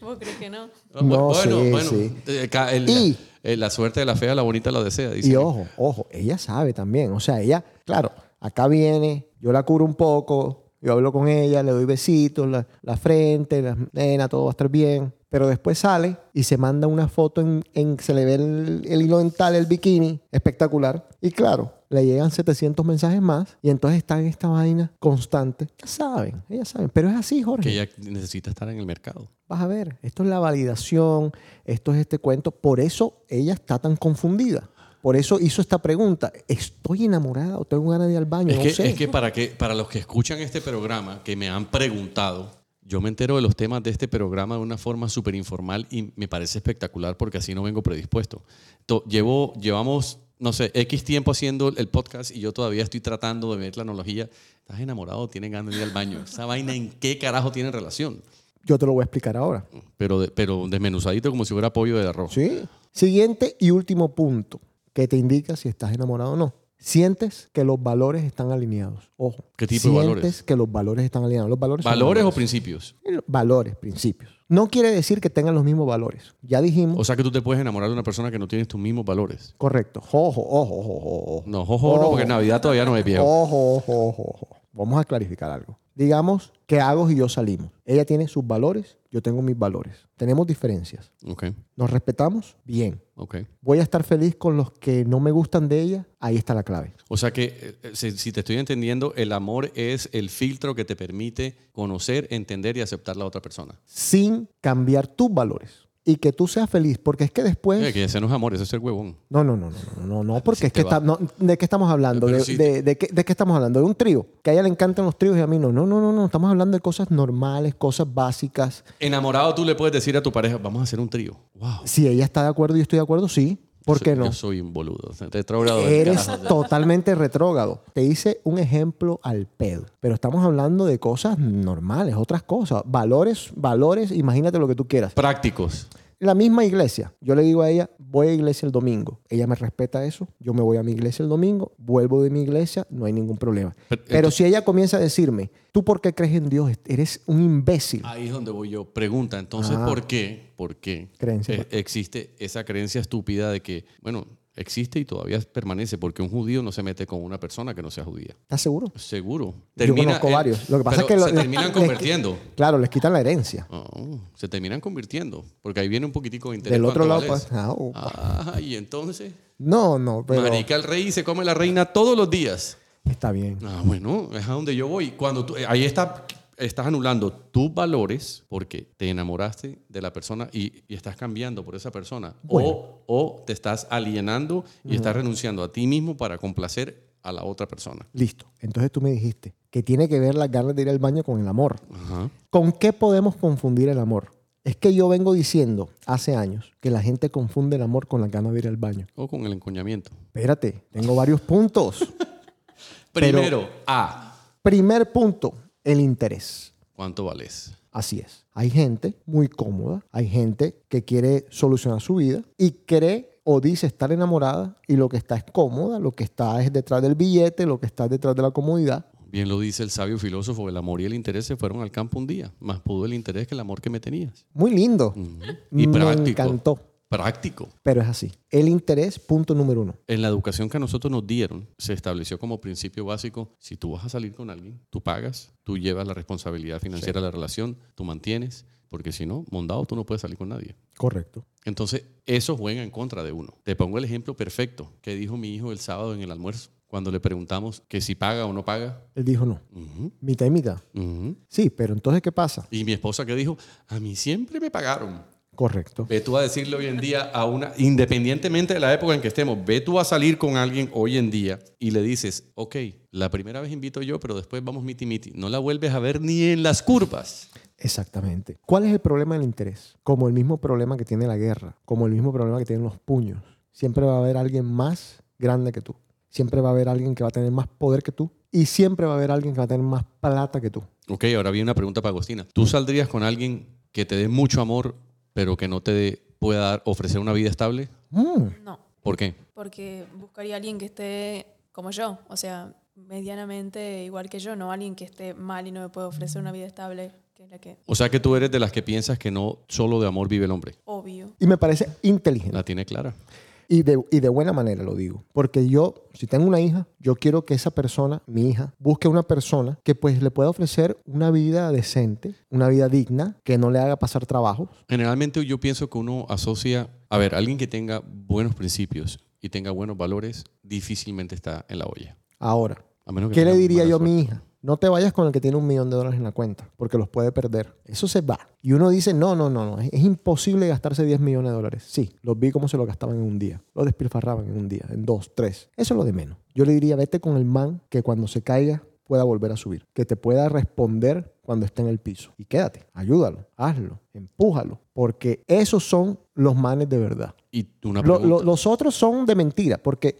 Speaker 6: ¿Vos crees que no?
Speaker 5: Ah, Bu-
Speaker 4: no, sí, sí.
Speaker 5: eh, ca- el-
Speaker 4: Y-
Speaker 5: eh, la suerte de la fea, la bonita la desea. dice.
Speaker 4: Y ojo, ojo, ella sabe también. O sea, ella, claro, acá viene, yo la curo un poco, yo hablo con ella, le doy besitos, la, la frente, la nena, todo va a estar bien. Pero después sale y se manda una foto en, en- se le ve el, el hilo dental, el bikini, espectacular. Y claro, le llegan 700 mensajes más y entonces está en esta vaina constante. Ya saben, ellas saben. Pero es así, Jorge.
Speaker 5: que ella necesita estar en el mercado.
Speaker 4: Vas a ver, esto es la validación, esto es este cuento. Por eso ella está tan confundida. Por eso hizo esta pregunta. ¿Estoy enamorada o tengo ganas de ir al baño?
Speaker 5: Es
Speaker 4: no
Speaker 5: que,
Speaker 4: sé.
Speaker 5: es que para que para los que escuchan este programa, que me han preguntado, yo me entero de los temas de este programa de una forma súper informal y me parece espectacular porque así no vengo predispuesto. To- llevo, llevamos, no sé, X tiempo haciendo el podcast y yo todavía estoy tratando de ver la analogía. ¿Estás enamorado? ¿Tienes ganas de ir al baño? ¿Esa <laughs> vaina en qué carajo tiene relación?
Speaker 4: Yo te lo voy a explicar ahora.
Speaker 5: Pero, de- pero desmenuzadito como si fuera pollo de arroz.
Speaker 4: Sí. Siguiente y último punto que te indica si estás enamorado o no. Sientes que los valores están alineados. Ojo.
Speaker 5: ¿Qué tipo de valores?
Speaker 4: Sientes que los valores están alineados. Los valores son
Speaker 5: ¿Valores o principios?
Speaker 4: valores, principios. No quiere decir que tengan los mismos valores. Ya dijimos.
Speaker 5: O sea que tú te puedes enamorar de una persona que no tiene tus mismos valores.
Speaker 4: correcto. Ojo, ojo, ojo, ojo. ojo.
Speaker 5: No, jojo,
Speaker 4: Oh.
Speaker 5: no, porque en Navidad todavía no es viejo.
Speaker 4: Ojo, ojo, ojo, ojo. Vamos a clarificar algo. Digamos que Agos y yo salimos. Ella tiene sus valores, yo tengo mis valores. Tenemos diferencias.
Speaker 5: Ok,
Speaker 4: ¿Nos respetamos? Bien.
Speaker 5: ok.
Speaker 4: ¿Voy a estar feliz con los que no me gustan de ella? Ahí está la clave.
Speaker 5: O sea que, eh, eh, si, si te estoy entendiendo, el amor es el filtro que te permite conocer, entender y aceptar la otra persona.
Speaker 4: Sin cambiar tus valores. Y que tú seas feliz, porque es que después...
Speaker 5: Eh, que ese no es amor, ese es el huevón.
Speaker 4: No, no, no, no, no, no, no, porque
Speaker 5: Sí
Speaker 4: es que
Speaker 5: te va.
Speaker 4: está, no, ¿de qué estamos hablando?
Speaker 5: Pero
Speaker 4: ¿De,
Speaker 5: sí
Speaker 4: de-
Speaker 5: te-
Speaker 4: de qué, de qué estamos hablando? ¿De un trío? Que a ella le encantan los tríos y a mí no. No, no, no, no. Estamos hablando de cosas normales, cosas básicas.
Speaker 5: Enamorado, tú le puedes decir a tu pareja, vamos a hacer un trío. Wow.
Speaker 4: Si ella está de acuerdo y yo estoy de acuerdo, sí. ¿Por qué
Speaker 5: Yo-
Speaker 4: no?
Speaker 5: Yo soy un boludo. o sea, Retrógrado. del
Speaker 4: Eres
Speaker 5: carajo.
Speaker 4: totalmente retrógrado. Te hice un ejemplo al pedo. Pero estamos hablando de cosas normales, otras cosas. Valores, valores, imagínate lo que tú quieras.
Speaker 5: Prácticos.
Speaker 4: La misma iglesia. Yo le digo a ella, voy a iglesia el domingo. Ella me respeta eso. Yo me voy a mi iglesia el domingo, vuelvo de mi iglesia, no hay ningún problema.
Speaker 5: Pero- eh,
Speaker 4: Pero, si ella comienza a decirme, ¿tú por qué crees en Dios? Eres un imbécil.
Speaker 5: Ahí es donde voy yo. Pregunta, entonces,
Speaker 4: Ah.
Speaker 5: ¿por qué? ¿Por qué
Speaker 4: Creencia.
Speaker 5: eh, existe esa creencia estúpida de que, bueno, existe y todavía permanece porque un judío no se mete con una persona que no sea judía?
Speaker 4: ¿Estás seguro?
Speaker 5: Seguro.
Speaker 4: Yo conozco
Speaker 5: eh,
Speaker 4: varios. Lo que pasa
Speaker 5: pero
Speaker 4: es que lo-
Speaker 5: se
Speaker 4: les- <laughs>
Speaker 5: terminan
Speaker 4: les-
Speaker 5: convirtiendo.
Speaker 4: Claro, les quitan la herencia.
Speaker 5: Oh, se terminan convirtiendo. Porque ahí viene un poquitico de interés.
Speaker 4: Del otro lado,
Speaker 5: ¿cuánto
Speaker 4: pues,
Speaker 5: vales?
Speaker 4: ah, opa.
Speaker 5: Ah, y entonces,
Speaker 4: No, no, pero
Speaker 5: marica el rey se come la reina todos los días.
Speaker 4: está bien.
Speaker 5: Ah, bueno, es a donde yo voy. Cuando tú- eh, ahí está, estás anulando tus valores porque te enamoraste de la persona y, y estás cambiando por esa persona. O, o te estás alienando y estás renunciando a ti mismo para complacer a la otra persona.
Speaker 4: Listo. Entonces tú me dijiste que tiene que ver las ganas de ir al baño con el amor.
Speaker 5: Ajá.
Speaker 4: ¿Con qué podemos confundir el amor? Es que yo vengo diciendo hace años que la gente confunde el amor con las ganas de ir al baño.
Speaker 5: O con el encoñamiento.
Speaker 4: Espérate, tengo varios
Speaker 5: <laughs>
Speaker 4: puntos. Pero-
Speaker 5: Primero, A.
Speaker 4: Primer punto, el interés.
Speaker 5: ¿Cuánto vales?
Speaker 4: Así es. Hay gente muy cómoda, hay gente que quiere solucionar su vida y cree o dice estar enamorada y lo que está es cómoda, lo que está es detrás del billete, lo que está es detrás de la comodidad.
Speaker 5: Bien lo dice el sabio filósofo, el amor y el interés se fueron al campo un día, más pudo el interés que el amor que me tenías.
Speaker 4: Muy lindo.
Speaker 5: Mm. Y
Speaker 4: Me
Speaker 5: práctico.
Speaker 4: encantó.
Speaker 5: Práctico.
Speaker 4: Pero es así. El interés, punto número uno.
Speaker 5: En la educación que a nosotros nos dieron, se estableció como principio básico, si tú vas a salir con alguien, tú pagas, tú llevas la responsabilidad financiera de la relación, tú mantienes, porque si no, mondado, tú no puedes salir con nadie.
Speaker 4: Correcto.
Speaker 5: Entonces, eso juega en contra de uno. Te pongo el ejemplo perfecto que dijo mi hijo el sábado en el almuerzo, cuando le preguntamos que si paga o no paga.
Speaker 4: Él dijo no.
Speaker 5: Ujú,
Speaker 4: Mitad y mitad.
Speaker 5: ujú.
Speaker 4: Sí, pero entonces, ¿qué pasa?
Speaker 5: Y mi esposa que dijo, a mí siempre me pagaron.
Speaker 4: Correcto.
Speaker 5: Ve tú a decirle hoy en día a una, independientemente de la época en que estemos, ve tú a salir con alguien hoy en día y le dices, ok, la primera vez invito yo, pero después vamos miti miti. No la vuelves a ver ni en las curvas.
Speaker 4: Exactamente. ¿Cuál es el problema del interés? Como el mismo problema que tiene la guerra, como el mismo problema que tienen los puños. Siempre va a haber alguien más grande que tú. Siempre va a haber alguien que va a tener más poder que tú. Y siempre va a haber alguien que va a tener más plata que tú.
Speaker 5: Ok, ahora viene una pregunta para Agostina. ¿Tú saldrías con alguien que te dé mucho amor, pero que no te dé- pueda dar- ofrecer una vida estable?
Speaker 4: Mm,
Speaker 6: No,
Speaker 5: ¿Por qué?
Speaker 6: porque buscaría a alguien que esté como yo, o sea, medianamente igual que yo, no alguien que esté mal y no me pueda ofrecer una vida estable, que es la que,
Speaker 5: O sea que tú eres de las que piensas que no solo de amor vive el hombre.
Speaker 6: obvio.
Speaker 4: Y me parece inteligente.
Speaker 5: La tiene clara.
Speaker 4: Y de, y de buena manera lo digo. Porque yo, si tengo una hija, yo quiero que esa persona, mi hija, busque una persona que pues le pueda ofrecer una vida decente, una vida digna, que no le haga pasar trabajos.
Speaker 5: Generalmente yo pienso que uno asocia, a ver, alguien que tenga buenos principios y tenga buenos valores, difícilmente está en la olla.
Speaker 4: Ahora,
Speaker 5: A menos que
Speaker 4: ¿qué le
Speaker 5: tenga
Speaker 4: diría
Speaker 5: mala
Speaker 4: yo a mi
Speaker 5: suerte.
Speaker 4: hija? No te vayas con el que tiene un millón de dólares en la cuenta, porque los puede perder. Eso se va. Y uno dice, no, no, no, no, es, es imposible gastarse 10 millones de dólares. Sí, los vi cómo se lo gastaban en un día. Lo despilfarraban en un día, en dos, tres. Eso es lo de menos. Yo le diría, vete con el man que cuando se caiga pueda volver a subir, que te pueda responder cuando esté en el piso. Y quédate, ayúdalo, hazlo, empújalo, porque esos son los manes de verdad.
Speaker 5: Y una
Speaker 4: Lo-
Speaker 5: pregunta.
Speaker 4: lo- los otros son de mentira, porque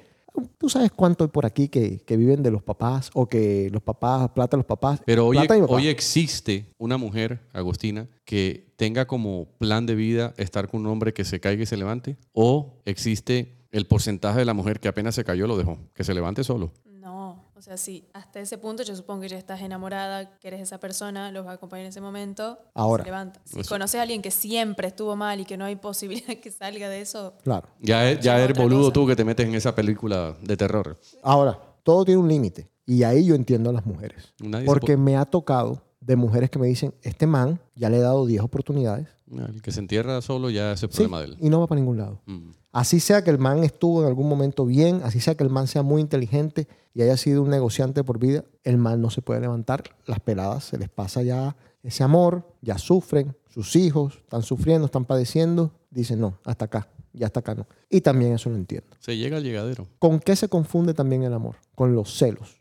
Speaker 4: tú sabes cuánto hay por aquí que, que viven de los papás o que los papás, plata de los papás.
Speaker 5: Pero hoy,
Speaker 4: plata de mi papá.
Speaker 5: hoy existe una mujer, Agostina, que tenga como plan de vida estar con un hombre que se caiga y se levante. O existe el porcentaje de la mujer que apenas se cayó lo dejó, que se levante solo.
Speaker 6: No, o sea, sí, hasta ese punto yo supongo que ya estás enamorada, que eres esa persona, los va a acompañar en ese momento.
Speaker 4: Ahora.
Speaker 6: Se levanta. Si
Speaker 5: Eso.
Speaker 6: conoces a alguien que siempre estuvo mal y que no hay <laughs> posibilidad que salga de eso,
Speaker 4: Claro.
Speaker 5: Ya, es- ya
Speaker 6: Sí,
Speaker 5: eres
Speaker 6: otra
Speaker 5: boludo
Speaker 6: cosa.
Speaker 5: tú que te metes en esa película de terror.
Speaker 4: Ahora, todo tiene un límite. Y ahí yo entiendo a las mujeres.
Speaker 5: Nadie se
Speaker 4: porque
Speaker 5: po-
Speaker 4: me ha tocado de mujeres que me dicen, este man ya le he dado 10 oportunidades
Speaker 5: Ah, El que se entierra solo ya ese es
Speaker 4: sí,
Speaker 5: problema de él.
Speaker 4: y no va para ningún lado.
Speaker 5: Mm.
Speaker 4: Así sea que el man estuvo en algún momento bien, así sea que el man sea muy inteligente y haya sido un negociante por vida, el man no se puede levantar. Las peladas se les pasa ya ese amor, ya sufren, sus hijos están sufriendo, están padeciendo. Dicen, no, hasta acá, ya hasta acá no. Y también eso lo entiendo.
Speaker 5: Se llega al llegadero.
Speaker 4: ¿Con qué se confunde también el amor? Con los celos.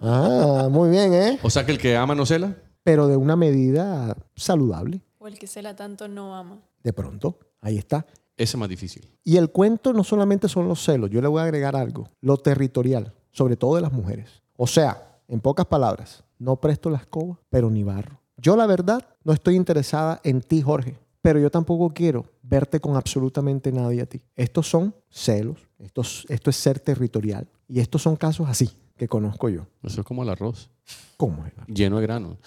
Speaker 4: Ah, muy bien, ¿eh?
Speaker 5: O sea que el que ama no cela.
Speaker 4: Pero de una medida saludable,
Speaker 6: o el que cela tanto no ama.
Speaker 4: de pronto. Ahí está.
Speaker 5: Ese es más difícil.
Speaker 4: Y el cuento no solamente son los celos, yo le voy a agregar algo, lo territorial, sobre todo de las mujeres. O sea, en pocas palabras, no presto la escoba, pero ni barro. Yo la verdad no estoy interesada en ti, Jorge, pero yo tampoco quiero verte con absolutamente nadie a ti. Estos son celos, esto es- esto es ser territorial y estos son casos así que conozco yo.
Speaker 5: Eso es como el arroz.
Speaker 4: ¿Cómo es?
Speaker 5: lleno de granos.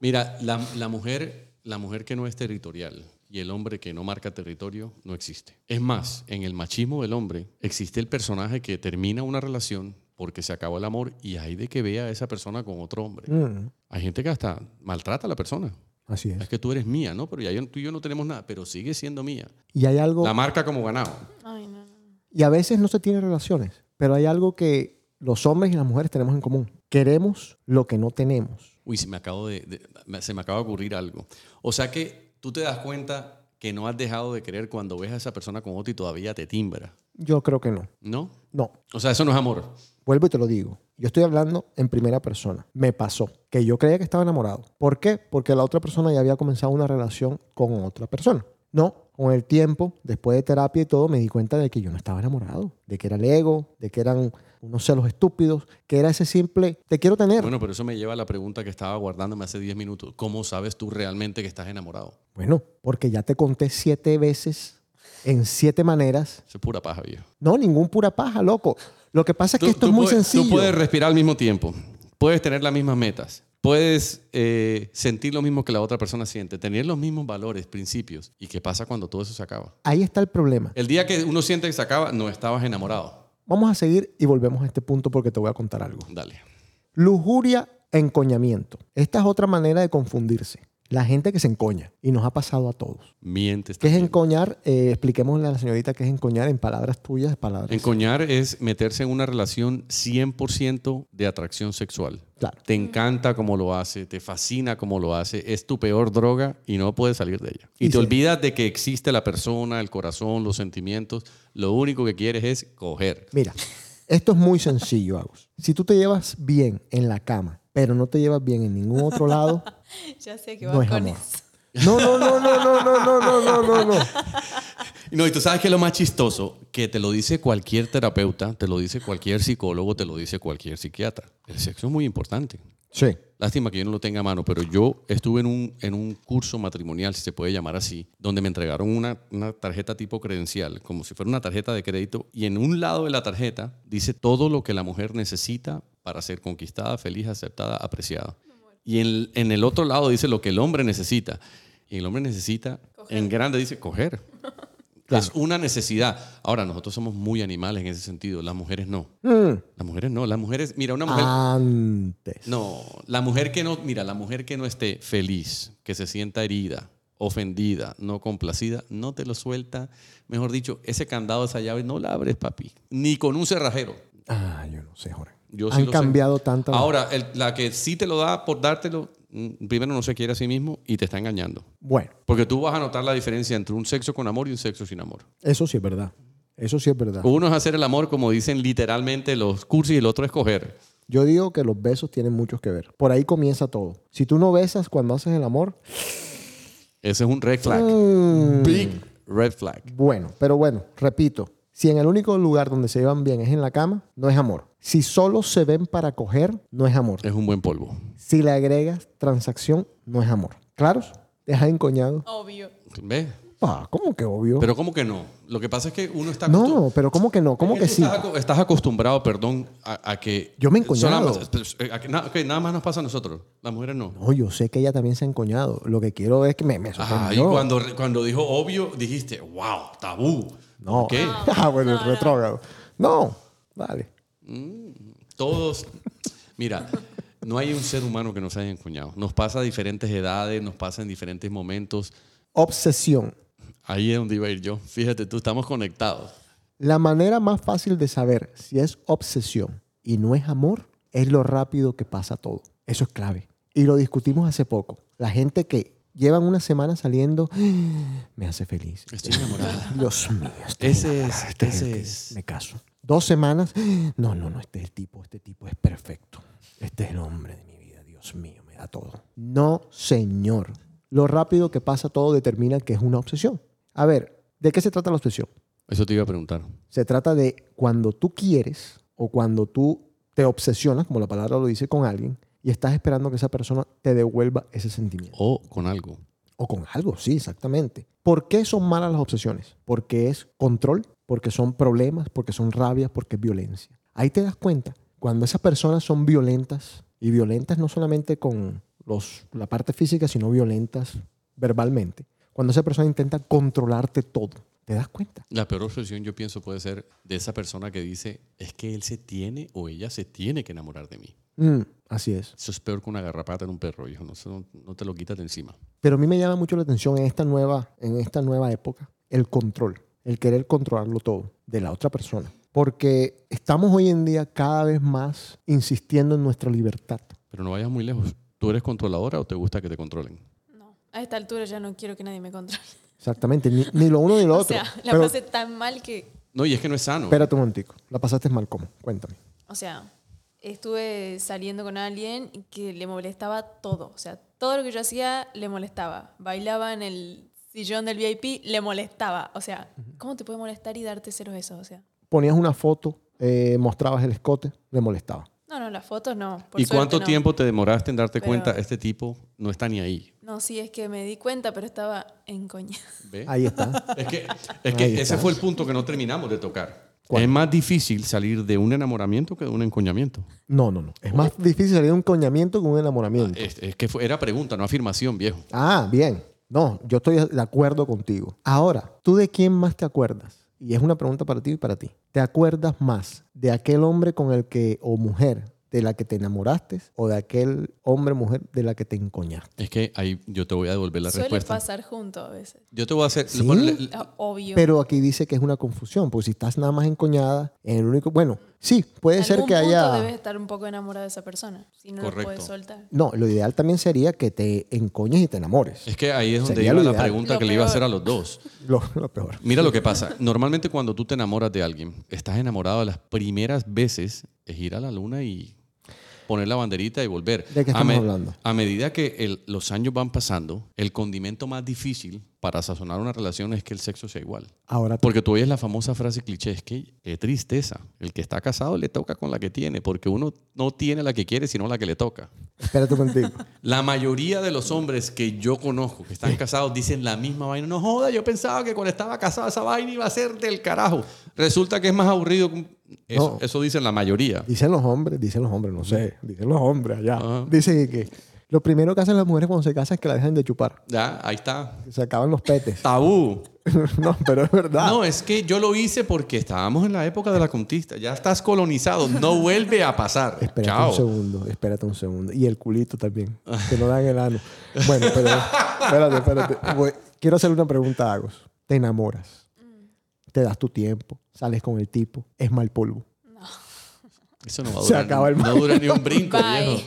Speaker 5: Mira, la, la mujer, la mujer que no es territorial y el hombre que no marca territorio no existe. Es más, en el machismo del hombre existe el personaje que termina una relación porque se acabó el amor y hay de que vea a esa persona con otro hombre.
Speaker 4: Mm,
Speaker 5: Hay gente que hasta maltrata a la persona.
Speaker 4: así
Speaker 5: Es
Speaker 4: es.
Speaker 5: que tú eres mía, ¿no? Pero ya yo- tú y yo no tenemos nada, pero sigue siendo mía.
Speaker 4: Y hay algo...
Speaker 5: La marca como ganado.
Speaker 6: Ay, no, no.
Speaker 4: Y a veces no se tienen relaciones, pero hay algo que los hombres y las mujeres tenemos en común. Queremos lo que no tenemos.
Speaker 5: Uy, se me, acabo de, de- me- se me acaba de ocurrir algo. O sea que tú te das cuenta que no has dejado de creer cuando ves a esa persona con otro y todavía te timbra,
Speaker 4: Yo creo que no.
Speaker 5: ¿no?
Speaker 4: No,
Speaker 5: O sea, eso no es amor.
Speaker 4: vuelvo y te lo digo. Yo estoy hablando en primera persona. Me pasó que yo creía que estaba enamorado. ¿Por qué? Porque la otra persona ya había comenzado una relación con otra persona. No, con el tiempo, después de terapia y todo, me di cuenta de que yo no estaba enamorado, de que era el ego, de que eran unos celos estúpidos, que era ese simple, te quiero tener.
Speaker 5: Bueno, pero eso me lleva a la pregunta que estaba guardándome hace 10 minutos. ¿Cómo sabes tú realmente que estás enamorado?
Speaker 4: Bueno, porque ya te conté siete veces, en siete maneras.
Speaker 5: Eso es pura paja, viejo.
Speaker 4: No, ningún pura paja, loco. Lo que pasa es que esto es muy
Speaker 5: puedes,
Speaker 4: sencillo.
Speaker 5: Tú puedes respirar al mismo tiempo. Puedes tener las mismas metas. Puedes eh, sentir lo mismo que la otra persona siente. Tener los mismos valores, principios. ¿Y qué pasa cuando todo eso se acaba?
Speaker 4: Ahí está el problema.
Speaker 5: El día que uno siente que se acaba, no estabas enamorado.
Speaker 4: Vamos a seguir y volvemos a este punto porque te voy a contar algo.
Speaker 5: Dale.
Speaker 4: Lujuria, encoñamiento. Esta es otra manera de confundirse. La gente que se encoña y nos ha pasado a todos.
Speaker 5: Mientes.
Speaker 4: ¿Qué es
Speaker 5: también.
Speaker 4: encoñar? Eh, expliquémosle a la señorita qué es encoñar en palabras tuyas, palabras.
Speaker 5: Encoñar es meterse en una relación 100% de atracción sexual.
Speaker 4: Claro.
Speaker 5: Te encanta como lo hace, te fascina como lo hace, es tu peor droga y no puedes salir de ella. Y,
Speaker 4: Y
Speaker 5: te
Speaker 4: sí.
Speaker 5: olvidas de que existe la persona, el corazón, los sentimientos. Lo único que quieres es coger.
Speaker 4: Mira, esto es muy sencillo, Agus. Si tú te llevas bien en la cama pero no te llevas bien en ningún otro
Speaker 5: <laughs>
Speaker 4: lado,
Speaker 6: <laughs> Ya sé que
Speaker 4: No
Speaker 6: va
Speaker 4: es
Speaker 6: con
Speaker 4: amor.
Speaker 6: eso.
Speaker 4: no, no, no, no, no, no, no, no, no, no, no.
Speaker 5: Y No, y tú sabes que lo más chistoso, que te lo dice cualquier terapeuta, te lo dice cualquier psicólogo, te lo dice cualquier psiquiatra. El sexo es muy importante.
Speaker 4: Sí.
Speaker 5: Lástima que yo no lo tenga a mano, pero yo estuve en un, en un curso matrimonial, si se puede llamar así, donde me entregaron una, una tarjeta tipo credencial, como si fuera una tarjeta de crédito, y en un lado de la tarjeta dice todo lo que la mujer necesita para ser conquistada, feliz, aceptada, apreciada. Y en, en el otro lado dice lo que el hombre necesita. Y el hombre necesita, en grande dice, coger. Es una necesidad. Ahora, nosotros somos muy animales en ese sentido, las mujeres no.
Speaker 4: Mm.
Speaker 5: Las mujeres no, las mujeres, mira, una
Speaker 4: Ah,
Speaker 5: mujer...
Speaker 4: Antes.
Speaker 5: No, la mujer que no, mira, la mujer que no esté feliz, que se sienta herida, ofendida, no complacida, no te lo suelta. Mejor dicho, ese candado, esa llave, no la abres, papi. Ni con un cerrajero.
Speaker 4: Ah, yo no sé, Jorge.
Speaker 5: Yo sí
Speaker 4: Han
Speaker 5: lo sé.
Speaker 4: cambiado tanto.
Speaker 5: Ahora, el- la que sí te lo da por dártelo, mm, primero no se quiere a sí mismo y te está engañando.
Speaker 4: Bueno,
Speaker 5: Porque tú vas a notar la diferencia entre un sexo con amor y un sexo sin amor.
Speaker 4: eso sí es verdad. Eso sí es verdad.
Speaker 5: Uno es hacer el amor, como dicen literalmente los cursis, y el otro es coger.
Speaker 4: Yo digo que los besos tienen mucho que ver. Por ahí comienza todo. Si tú no besas cuando haces el amor,
Speaker 5: Ese es un red flag. Big red flag.
Speaker 4: bueno, pero bueno, repito, si en el único lugar donde se llevan bien es en la cama, no es amor. Si solo se ven para coger, no es amor.
Speaker 5: Es un buen polvo.
Speaker 4: Si le agregas transacción, no es amor. ¿Claros? Deja encoñado.
Speaker 6: Obvio.
Speaker 5: ¿Ves?
Speaker 4: Ah, ¿cómo que obvio?
Speaker 5: Pero ¿cómo que no? Lo que pasa es que uno está
Speaker 4: no,
Speaker 5: acostum-
Speaker 4: pero ¿cómo que no? ¿Cómo
Speaker 5: Tú
Speaker 4: que sí?
Speaker 5: Estás, aco- estás acostumbrado, perdón, a, a que...
Speaker 4: Yo me he encoñado.
Speaker 5: Solo- a que na- ok, nada más nos pasa a nosotros. Las mujeres no.
Speaker 4: No, yo sé que ella también se ha encoñado. Lo que quiero es que me, me
Speaker 5: Ah, y
Speaker 4: sorprendió.
Speaker 5: cuando, re- cuando dijo obvio, dijiste, wow, tabú.
Speaker 4: No.
Speaker 5: ¿Por ¿Qué?
Speaker 4: <laughs> ah, bueno, el retrógrado. No, vale.
Speaker 5: Todos... Mira, no hay un ser humano que no se haya encuñado. Nos pasa a diferentes edades, nos pasa en diferentes momentos.
Speaker 4: Obsesión.
Speaker 5: Ahí es donde iba a ir yo. Fíjate tú, estamos conectados.
Speaker 4: La manera más fácil de saber si es obsesión y no es amor es lo rápido que pasa todo. Eso es clave. Y lo discutimos hace poco. La gente que llevan una semana saliendo <gasps> me hace feliz.
Speaker 5: Estoy enamorada.
Speaker 4: <laughs> Dios mío. este
Speaker 5: Ese
Speaker 4: enamorado,
Speaker 5: es-
Speaker 4: este el
Speaker 5: ese
Speaker 4: que
Speaker 5: es.
Speaker 4: Me caso. Dos semanas. <gasps> No, no, no. Este es el tipo. Este tipo es perfecto. Este es el hombre de mi vida. Dios mío, me da todo. No, señor. Lo rápido que pasa todo determina que es una obsesión. A ver, ¿de qué se trata la obsesión?
Speaker 5: Eso te iba a preguntar.
Speaker 4: Se trata de cuando tú quieres o cuando tú te obsesionas, como la palabra lo dice, con alguien y estás esperando que esa persona te devuelva ese sentimiento.
Speaker 5: O con algo.
Speaker 4: O con algo, sí, exactamente. ¿Por qué son malas las obsesiones? Porque es control, porque son problemas, porque son rabias, porque es violencia. Ahí te das cuenta, cuando esas personas son violentas, y violentas no solamente con los, la parte física, sino violentas verbalmente, cuando esa persona intenta controlarte todo, te das cuenta.
Speaker 5: La peor obsesión yo pienso puede ser de esa persona que dice, es que él se tiene o ella se tiene que enamorar de mí.
Speaker 4: Mm, así es.
Speaker 5: Eso es peor que una garrapata en un perro, hijo. No, eso no, no te lo quitas de encima.
Speaker 4: Pero a mí me llama mucho la atención en esta nueva, en esta nueva época el control, el querer controlarlo todo de la otra persona. Porque estamos hoy en día cada vez más insistiendo en nuestra libertad.
Speaker 5: Pero no vayas muy lejos. ¿Tú eres controladora o te gusta que te controlen?
Speaker 6: No. A esta altura ya no quiero que nadie me controle. <laughs>
Speaker 4: Exactamente, ni, ni lo uno ni lo
Speaker 6: O
Speaker 4: otro.
Speaker 6: sea, la
Speaker 4: Pero-
Speaker 6: pasé tan mal que.
Speaker 5: No, y es que no es sano.
Speaker 4: Espérate un momentico, la pasaste mal, ¿cómo? Cuéntame.
Speaker 6: O sea, estuve saliendo con alguien que le molestaba todo. O sea, todo lo que yo hacía le molestaba. Bailaba en el sillón del VIP, le molestaba. O sea, ¿cómo te puede molestar y darte ceros eso? O sea,
Speaker 4: Ponías una foto, eh, mostrabas el escote, le molestaba.
Speaker 6: no, no, las fotos no. por
Speaker 5: ¿Y
Speaker 6: suerte
Speaker 5: cuánto
Speaker 6: no.
Speaker 5: tiempo te demoraste en darte
Speaker 6: Pero-
Speaker 5: cuenta? Este tipo no está ni ahí.
Speaker 6: No, sí, es que me di cuenta, pero estaba encoñada.
Speaker 5: ¿Ve?
Speaker 4: Ahí
Speaker 6: <laughs>
Speaker 4: está.
Speaker 5: Es que, es
Speaker 4: Ahí
Speaker 5: que
Speaker 4: está.
Speaker 5: ese fue el punto que no terminamos de tocar.
Speaker 4: ¿Cuál?
Speaker 5: Es más difícil salir de un enamoramiento que de un encoñamiento.
Speaker 4: No, no, no. Es más difícil salir de un coñamiento que un enamoramiento.
Speaker 5: Es, es que fue- era pregunta, no afirmación, viejo.
Speaker 4: Ah, bien. No, yo estoy de acuerdo contigo. Ahora, ¿tú de quién más te acuerdas? Y es una pregunta para ti y para ti. ¿Te acuerdas más de aquel hombre con el que, o mujer, de la que te enamoraste, o de aquel hombre, mujer, de la que te encoñaste?
Speaker 5: Es que ahí yo te voy a devolver la
Speaker 6: <laughs> Suele
Speaker 5: respuesta.
Speaker 6: pasar junto a veces.
Speaker 5: Yo te voy a hacer...
Speaker 4: ¿Sí?
Speaker 5: ponle-
Speaker 6: Ah, Obvio.
Speaker 4: Pero aquí dice que es una confusión, porque si estás nada más encoñada, en el único. Bueno, sí, puede
Speaker 6: En
Speaker 4: ser
Speaker 6: algún
Speaker 4: que
Speaker 6: punto
Speaker 4: haya.
Speaker 6: debes estar un poco enamorado de esa persona. Si no lo
Speaker 5: Correcto.
Speaker 6: puedes soltar.
Speaker 4: No, lo ideal también sería que te encoñes y te enamores.
Speaker 5: Es que ahí es donde
Speaker 4: Sería
Speaker 5: iba
Speaker 4: lo
Speaker 5: la
Speaker 4: ideal.
Speaker 5: pregunta
Speaker 6: Lo
Speaker 5: que le iba a
Speaker 6: peor.
Speaker 5: hacer a los dos.
Speaker 4: Lo, lo peor.
Speaker 5: Mira lo que pasa. Normalmente cuando tú te enamoras de alguien, estás enamorado de las primeras veces, es ir a la luna y poner la banderita y volver.
Speaker 4: ¿De qué
Speaker 5: a
Speaker 4: estamos hablando?
Speaker 5: A medida que el- los años van pasando, el condimento más difícil para sazonar una relación es que el sexo sea igual.
Speaker 4: Ahora
Speaker 5: Porque tú oyes la famosa frase cliché, es que qué tristeza. El que está casado le toca con la que tiene, porque uno no tiene la que quiere, sino la que le toca.
Speaker 4: Espérate un momentito.
Speaker 5: La mayoría de los hombres que yo conozco que están casados dicen la misma vaina. No joda, yo pensaba que cuando estaba casado esa vaina iba a ser del carajo. Resulta que es más aburrido. que un-
Speaker 4: No.
Speaker 5: Eso, eso dicen la mayoría.
Speaker 4: Dicen los hombres, dicen los hombres, no sé. Dicen los hombres allá.
Speaker 5: Ajá.
Speaker 4: Dicen que lo primero que hacen las mujeres cuando se casan es que la dejan de chupar.
Speaker 5: Ya, ahí está.
Speaker 4: que Se acaban los petes. <laughs>
Speaker 5: Tabú.
Speaker 4: no, pero es verdad.
Speaker 5: No, es que yo lo hice porque estábamos en la época de la conquista. Ya estás
Speaker 4: <laughs>
Speaker 5: colonizado. No vuelve a pasar.
Speaker 4: Espérate un
Speaker 5: Chao.
Speaker 4: segundo, espérate un segundo. Y el culito también, que no dan el
Speaker 5: <laughs>
Speaker 4: ano. Bueno, pero espérate, espérate. Voy- Quiero hacerle una pregunta a Agos. ¿Te enamoras? ¿Te das tu tiempo? ¿Sales con el tipo? ¿Es mal polvo?
Speaker 5: Eso no va a
Speaker 4: Se
Speaker 5: durar.
Speaker 4: acaba el
Speaker 5: no dura ni un brinco,
Speaker 6: Bye.
Speaker 5: viejo.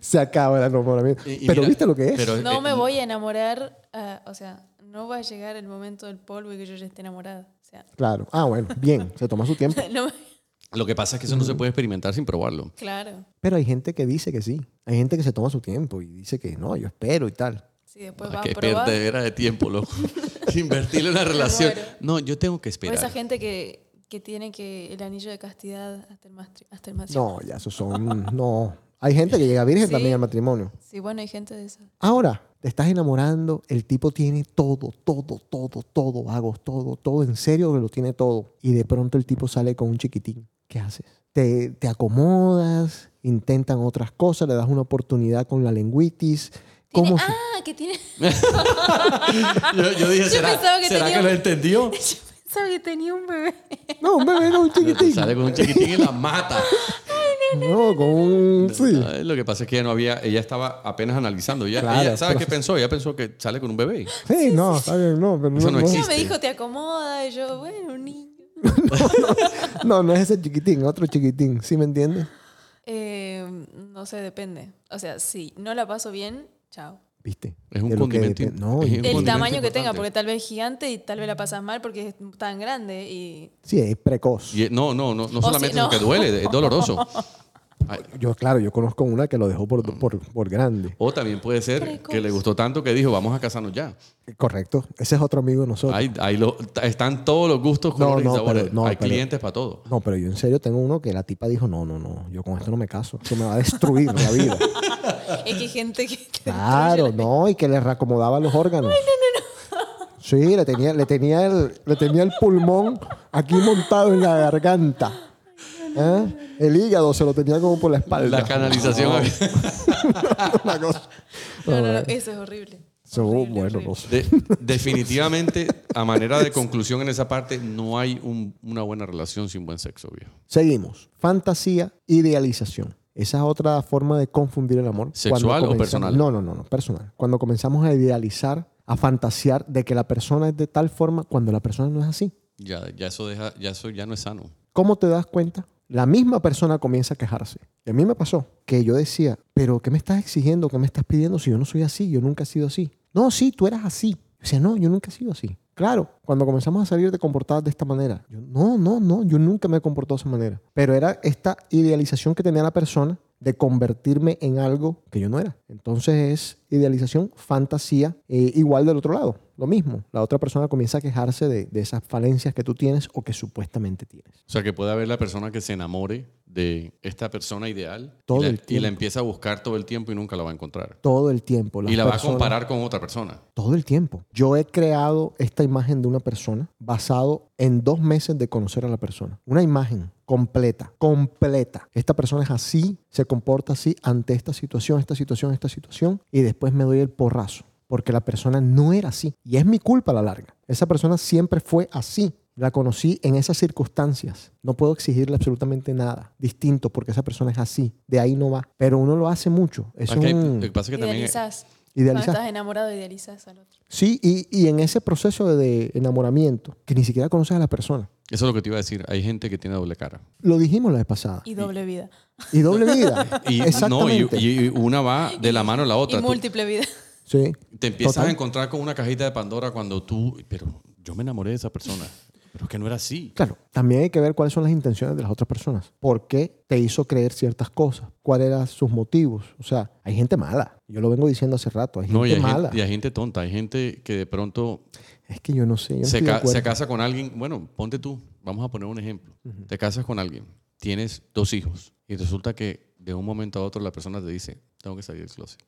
Speaker 4: Se acaba el enamoramiento.
Speaker 5: Y- y
Speaker 4: pero
Speaker 5: mira,
Speaker 4: ¿viste lo que es?
Speaker 5: pero, eh,
Speaker 6: No me voy a enamorar, ah, o sea, no va a llegar el momento del polvo y que yo ya esté enamorada. O sea, <laughs>
Speaker 4: Claro. Ah, bueno, bien. Se toma su tiempo.
Speaker 6: no me-
Speaker 5: Lo que pasa es que eso no se puede experimentar sin probarlo.
Speaker 6: Claro,
Speaker 4: Pero hay gente que dice que sí. Hay gente que se toma su tiempo y dice que no, yo espero y tal.
Speaker 6: si después
Speaker 5: Ah,
Speaker 6: vas
Speaker 5: qué
Speaker 6: a probar.
Speaker 5: perdedera de tiempo,
Speaker 6: <laughs>
Speaker 5: loco. <laughs> Invertirle en una relación.
Speaker 6: muero.
Speaker 5: No, yo tengo que
Speaker 6: O
Speaker 5: esperar.
Speaker 6: esa gente que, que tiene que el anillo de castidad hasta el, mastri- hasta el matrimonio.
Speaker 4: No, ya esos son... No. Hay gente que llega virgen
Speaker 6: Sí.
Speaker 4: también al matrimonio.
Speaker 6: Sí, bueno, hay gente de esa.
Speaker 4: Ahora, te estás enamorando, el tipo tiene todo, todo, todo, todo, vagos, todo, todo, en serio que lo tiene todo. Y de pronto el tipo sale con un chiquitín. ¿Qué haces? Te, te acomodas, intentan otras cosas, le das una oportunidad con la lengüitis.
Speaker 6: Tiene-
Speaker 4: ¿Cómo? se-
Speaker 6: ah, que tiene. <laughs>
Speaker 5: Yo, yo dije,
Speaker 6: Pues, Yo
Speaker 5: ¿será,
Speaker 6: pensaba que
Speaker 5: será
Speaker 6: tenía
Speaker 5: que lo
Speaker 6: un-
Speaker 5: entendió?
Speaker 6: <laughs> Yo pensaba que tenía un bebé.
Speaker 4: No, un bebé, no, un chiquitín.
Speaker 5: <laughs> Sale con un chiquitín
Speaker 6: <laughs>
Speaker 5: y la mata.
Speaker 4: No, con
Speaker 5: <laughs>
Speaker 4: un... Sí.
Speaker 5: Ay, Lo que pasa es que ella no había, ella estaba apenas analizando. Ella,
Speaker 4: Claro, pues.
Speaker 5: ella- ¿sabe
Speaker 4: pero-
Speaker 5: qué pensó? Ella pensó que sale con un bebé.
Speaker 4: Sí, no, está bien, no, pero
Speaker 5: Eso no
Speaker 4: no, no,
Speaker 5: existe.
Speaker 6: Ella me dijo, te acomoda. Y yo, bueno, un niño.
Speaker 4: no, no es ese chiquitín, otro chiquitín, ¿sí me entiendes?
Speaker 6: Eh, no sé, depende. O sea, si no la paso bien, chao.
Speaker 4: ¿Viste?
Speaker 5: Es un
Speaker 4: De lo que
Speaker 5: condimento.
Speaker 4: depe- no,
Speaker 5: es un
Speaker 6: El
Speaker 5: condimento
Speaker 6: tamaño que
Speaker 5: importante.
Speaker 6: tenga, porque tal vez es gigante y tal vez la pasas mal porque es tan grande y
Speaker 4: sí, es precoz.
Speaker 5: Y- no, no, no, no
Speaker 6: <laughs> si
Speaker 5: solamente es lo
Speaker 6: no.
Speaker 5: que duele, es
Speaker 6: <laughs>
Speaker 5: doloroso. Ay,
Speaker 4: Yo, claro, yo conozco una que lo dejó por,
Speaker 5: Mm.
Speaker 4: por, por grande.
Speaker 5: O también puede ser que le gustó tanto que dijo, vamos a casarnos ya.
Speaker 4: Correcto. Ese es otro amigo de nosotros.
Speaker 5: Ahí, ahí lo- están todos los gustos,
Speaker 4: No,
Speaker 5: colores
Speaker 4: no,
Speaker 5: y
Speaker 4: pero-
Speaker 5: sabores.
Speaker 4: no,
Speaker 5: Hay
Speaker 4: pero-
Speaker 5: clientes para todo.
Speaker 4: No, pero yo en serio tengo uno que la tipa dijo, no, no, no, yo con esto no me caso. Eso me va a destruir la
Speaker 5: <laughs>
Speaker 4: vida.
Speaker 6: es que hay gente que... te
Speaker 4: Claro,
Speaker 6: destruye la-
Speaker 4: no, y que le reacomodaba los órganos. Sí, le tenía, le tenía, el, le tenía el pulmón aquí montado en la garganta. ¿Eh? El hígado se lo tenía como por la espalda.
Speaker 5: La canalización.
Speaker 4: No,
Speaker 5: había-
Speaker 4: <laughs> una cosa.
Speaker 6: No, no, no, eso es horrible.
Speaker 4: Eso,
Speaker 6: Horrible,
Speaker 4: oh, bueno,
Speaker 6: horrible.
Speaker 4: no sé.
Speaker 5: De- definitivamente, a manera de conclusión en esa parte, no hay un- una buena relación sin buen sexo, viejo.
Speaker 4: Seguimos. Fantasía, idealización. Esa es otra forma de confundir el amor.
Speaker 5: ¿Sexual
Speaker 4: Cuando
Speaker 5: o
Speaker 4: comenzamos-
Speaker 5: personal?
Speaker 4: No, no, no, no, personal. Cuando comenzamos a idealizar, a fantasear de que la persona es de tal forma cuando la persona no es así.
Speaker 5: Ya, ya eso deja, ya eso ya no es sano.
Speaker 4: ¿Cómo te das cuenta? La misma persona comienza a quejarse. Y a mí me pasó que yo decía, pero ¿qué me estás exigiendo? ¿Qué me estás pidiendo si yo no soy así? Yo nunca he sido así. No, sí, tú eras así. Yo decía, no, yo nunca he sido así. Claro, cuando comenzamos a salir de comportadas de esta manera, yo, no, no, no, yo nunca me he comportado de esa manera. Pero era esta idealización que tenía la persona de convertirme en algo que yo no era. Entonces es idealización, fantasía, eh, igual del otro lado, lo mismo. La otra persona comienza a quejarse de, de esas falencias que tú tienes o que supuestamente tienes.
Speaker 5: O sea, que puede haber la persona que se enamore de esta persona ideal
Speaker 4: Todo
Speaker 5: y, la,
Speaker 4: el
Speaker 5: y la
Speaker 4: tiempo.
Speaker 5: empieza a buscar todo el tiempo y nunca la va a encontrar.
Speaker 4: todo el tiempo. Las
Speaker 5: Y la va a
Speaker 4: personas-
Speaker 5: comparar con otra persona.
Speaker 4: Todo el tiempo. Yo he creado esta imagen de una persona basado en dos meses de conocer a la persona. Una imagen completa, completa. Esta persona es así, se comporta así ante esta situación, esta situación, esta situación. Y después me doy el porrazo porque la persona no era así. Y es mi culpa a la larga. Esa persona siempre fue así. La conocí en esas circunstancias. No puedo exigirle absolutamente nada distinto porque esa persona es así. De ahí no va. Pero uno lo hace mucho. Es
Speaker 5: Pasa que hay-
Speaker 4: un...
Speaker 5: lo que pasa es que también
Speaker 6: Idealizás. Cuando
Speaker 4: idealizar.
Speaker 6: estás enamorado, idealizás al otro.
Speaker 4: Sí, y, y en ese proceso de enamoramiento, que ni siquiera conoces a la persona.
Speaker 5: eso es lo que te iba a decir. Hay gente que tiene doble cara.
Speaker 4: Lo dijimos la vez pasada.
Speaker 6: Y doble vida.
Speaker 4: Y doble vida.
Speaker 5: <laughs> Y, no, y,
Speaker 4: Exactamente.
Speaker 5: y una va de la mano a la otra.
Speaker 6: y
Speaker 5: Tú-
Speaker 4: <laughs>
Speaker 6: múltiple vida.
Speaker 4: sí.
Speaker 5: te empiezas
Speaker 4: Total.
Speaker 5: a encontrar con una cajita de Pandora cuando tú, pero yo me enamoré de esa persona. Pero es que no era así.
Speaker 4: Claro, también hay que ver cuáles son las intenciones de las otras personas. ¿Por qué te hizo creer ciertas cosas? ¿Cuáles eran sus motivos? O sea, hay gente mala. Yo lo vengo diciendo hace rato. Hay gente
Speaker 5: No, y hay,
Speaker 4: mala.
Speaker 5: gente, y hay gente tonta, hay gente que de pronto
Speaker 4: Es que yo no sé. yo no
Speaker 5: se,
Speaker 4: estoy de
Speaker 5: ca-
Speaker 4: acuerdo.
Speaker 5: se casa con alguien, bueno, ponte tú, vamos a poner un ejemplo. Te casas con alguien, tienes dos hijos y resulta que de un momento a otro la persona te dice, tengo que salir del closet.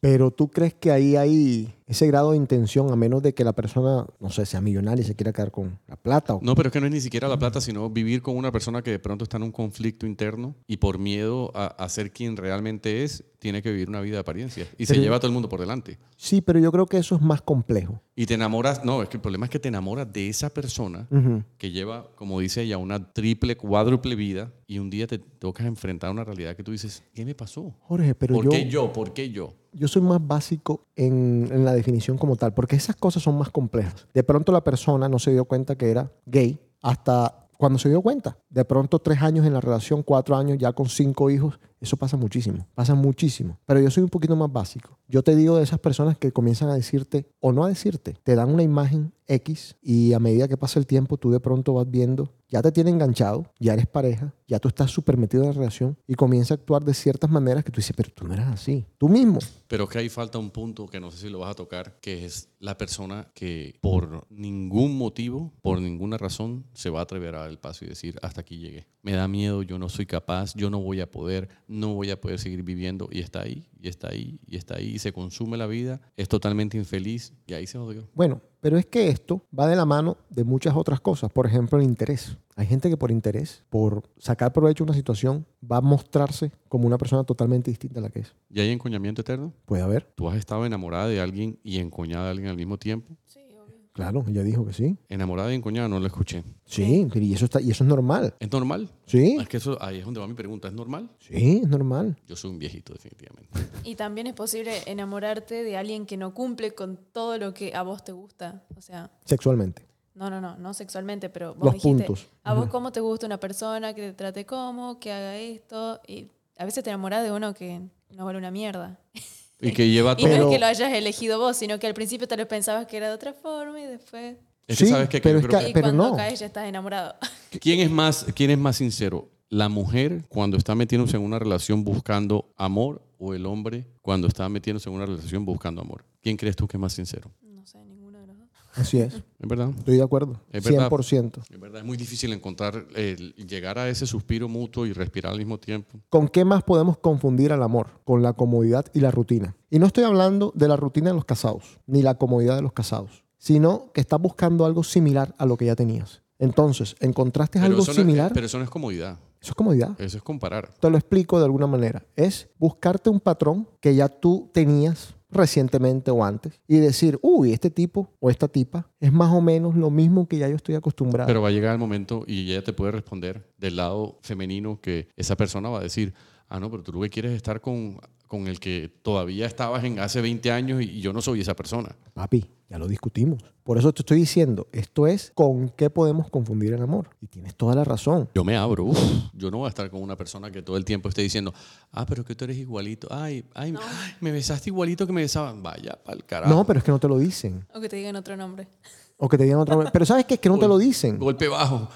Speaker 4: Pero tú crees que ahí hay ese grado de intención, a menos de que la persona, no sé, sea millonaria y se quiera quedar con la plata. O...
Speaker 5: No, pero es que no es ni siquiera la plata, sino vivir con una persona que de pronto está en un conflicto interno y por miedo a, a ser quien realmente es, tiene que vivir una vida de apariencia y se
Speaker 4: Pero-
Speaker 5: lleva a todo el mundo por delante.
Speaker 4: Sí, pero yo creo que eso es más complejo.
Speaker 5: Y te enamoras, no, es que el problema es que te enamoras de esa persona
Speaker 4: Ujú.
Speaker 5: que lleva, como dice ella, una triple, cuádruple vida y un día te tocas enfrentar una realidad que tú dices, ¿qué me pasó?
Speaker 4: Jorge, pero
Speaker 5: ¿Por
Speaker 4: yo,
Speaker 5: qué yo? ¿Por qué yo?
Speaker 4: yo soy más básico en, en la definición como tal, porque esas cosas son más complejas. De pronto la persona no se dio cuenta que era gay hasta cuando se dio cuenta. De pronto tres años en la relación, cuatro años ya con cinco hijos, eso pasa muchísimo, pasa muchísimo. Pero yo soy un poquito más básico. Yo te digo de esas personas que comienzan a decirte o no a decirte, te dan una imagen X y a medida que pasa el tiempo tú de pronto vas viendo, ya te tiene enganchado, ya eres pareja, ya tú estás súper metido en la relación y comienza a actuar de ciertas maneras que tú dices, pero tú no eras así, tú mismo.
Speaker 5: Pero es que ahí falta un punto que no sé si lo vas a tocar, que es la persona que por ningún motivo, por ninguna razón, se va a atrever a dar el paso y decir, hasta aquí llegué. Me da miedo, yo no soy capaz, yo no voy a poder, no voy a poder seguir viviendo. Y está ahí, y está ahí, y está ahí, y se consume la vida, es totalmente infeliz, y ahí se jodió.
Speaker 4: Bueno, pero es que esto va de la mano de muchas otras cosas. Por ejemplo, el interés. Hay gente que por interés, por sacar provecho de una situación, va a mostrarse como una persona totalmente distinta a la que es.
Speaker 5: ¿Y hay encoñamiento eterno?
Speaker 4: Puede haber.
Speaker 5: ¿Tú has estado enamorada de alguien y encoñada de alguien al mismo tiempo?
Speaker 6: Sí, obvio.
Speaker 4: Claro, ella dijo que sí.
Speaker 5: Enamorada y encoñada, no lo escuché.
Speaker 4: Sí, pero y eso, está, y eso es normal.
Speaker 5: ¿Es normal?
Speaker 4: Sí,
Speaker 5: Es que eso, ahí es donde va mi pregunta, ¿es normal?
Speaker 4: sí, es normal.
Speaker 5: Yo soy un viejito, definitivamente.
Speaker 6: Y también es posible enamorarte de alguien que no cumple con todo lo que a vos te gusta. O sea,
Speaker 4: Sexualmente.
Speaker 6: no, no, no, no sexualmente, pero vos
Speaker 4: Los
Speaker 6: dijiste,
Speaker 4: puntos.
Speaker 6: a vos
Speaker 4: Ujú.
Speaker 6: cómo te gusta una persona, que te trate como, que haga esto. Y a veces te enamorás de uno que no vale una mierda. <laughs>
Speaker 5: Y que lleva
Speaker 6: Y
Speaker 5: todo.
Speaker 6: no
Speaker 4: Pero-
Speaker 6: es que lo hayas elegido vos, sino que al principio tal vez pensabas que era de otra forma y después...
Speaker 5: Es que
Speaker 4: Sí,
Speaker 5: sabes que, que
Speaker 4: pero es
Speaker 5: yo creo
Speaker 4: que-
Speaker 6: Y
Speaker 4: pero
Speaker 6: cuando
Speaker 4: no.
Speaker 6: caes ya estás enamorado. <laughs>
Speaker 5: que- ¿quién, es más, ¿quién es más sincero? ¿La mujer cuando está metiéndose en una relación buscando amor o el hombre cuando está metiéndose en una relación buscando amor? ¿Quién crees tú que es más sincero?
Speaker 6: No sé, ninguno de los dos.
Speaker 4: Así es.
Speaker 5: ¿Es verdad?
Speaker 4: Estoy de acuerdo.
Speaker 5: Es verdad.
Speaker 4: 100%.
Speaker 5: Es verdad, es muy difícil encontrar, el- llegar a ese suspiro mutuo y respirar al mismo tiempo.
Speaker 4: ¿Con qué más podemos confundir al amor? Con la comodidad y la rutina. Y no estoy hablando de la rutina de los casados, ni la comodidad de los casados, sino que estás buscando algo similar a lo que ya tenías. Entonces, ¿encontraste algo
Speaker 5: eso no es-
Speaker 4: similar?
Speaker 5: pero eso no es comodidad,
Speaker 4: Eso es comodidad.
Speaker 5: eso es comparar.
Speaker 4: Te lo explico de alguna manera. Es buscarte un patrón que ya tú tenías recientemente o antes y decir, uy, este tipo o esta tipa es más o menos lo mismo que ya yo estoy acostumbrado.
Speaker 5: Pero va a llegar el momento y ella te puede responder del lado femenino que esa persona va a decir, ah, no, pero tú lo que quieres es estar con, con el que todavía estabas en hace 20 años y, y yo no soy esa persona.
Speaker 4: Papi, ya lo discutimos. Por eso te estoy diciendo, esto es con qué podemos confundir el amor. Y tienes toda la razón.
Speaker 5: Yo me abro, uf, yo no voy a estar con una persona que todo el tiempo esté diciendo, ah, pero es que tú eres igualito, ay, ay, ay, me besaste igualito que me besaban, vaya, pa'l carajo.
Speaker 4: No, pero es que no te lo dicen.
Speaker 6: O que te digan otro nombre.
Speaker 4: O que te digan otra vez. Pero ¿sabes qué? Es que no te lo dicen.
Speaker 5: Golpe bajo.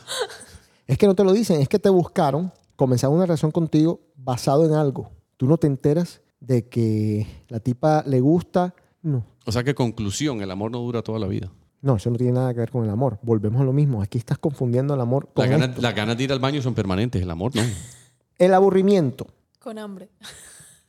Speaker 4: Es que no te lo dicen. Es que te buscaron, comenzaron una relación contigo basado en algo. Tú no te enteras de que la tipa le gusta. No.
Speaker 5: O sea que conclusión, el amor no dura toda la vida.
Speaker 4: No, eso no tiene nada que ver con el amor. Volvemos a lo mismo. Aquí estás confundiendo el amor con
Speaker 5: Las ganas,
Speaker 4: esto.
Speaker 5: las ganas de ir al baño son permanentes, el amor no. <laughs>
Speaker 4: el aburrimiento.
Speaker 6: Con hambre. <laughs>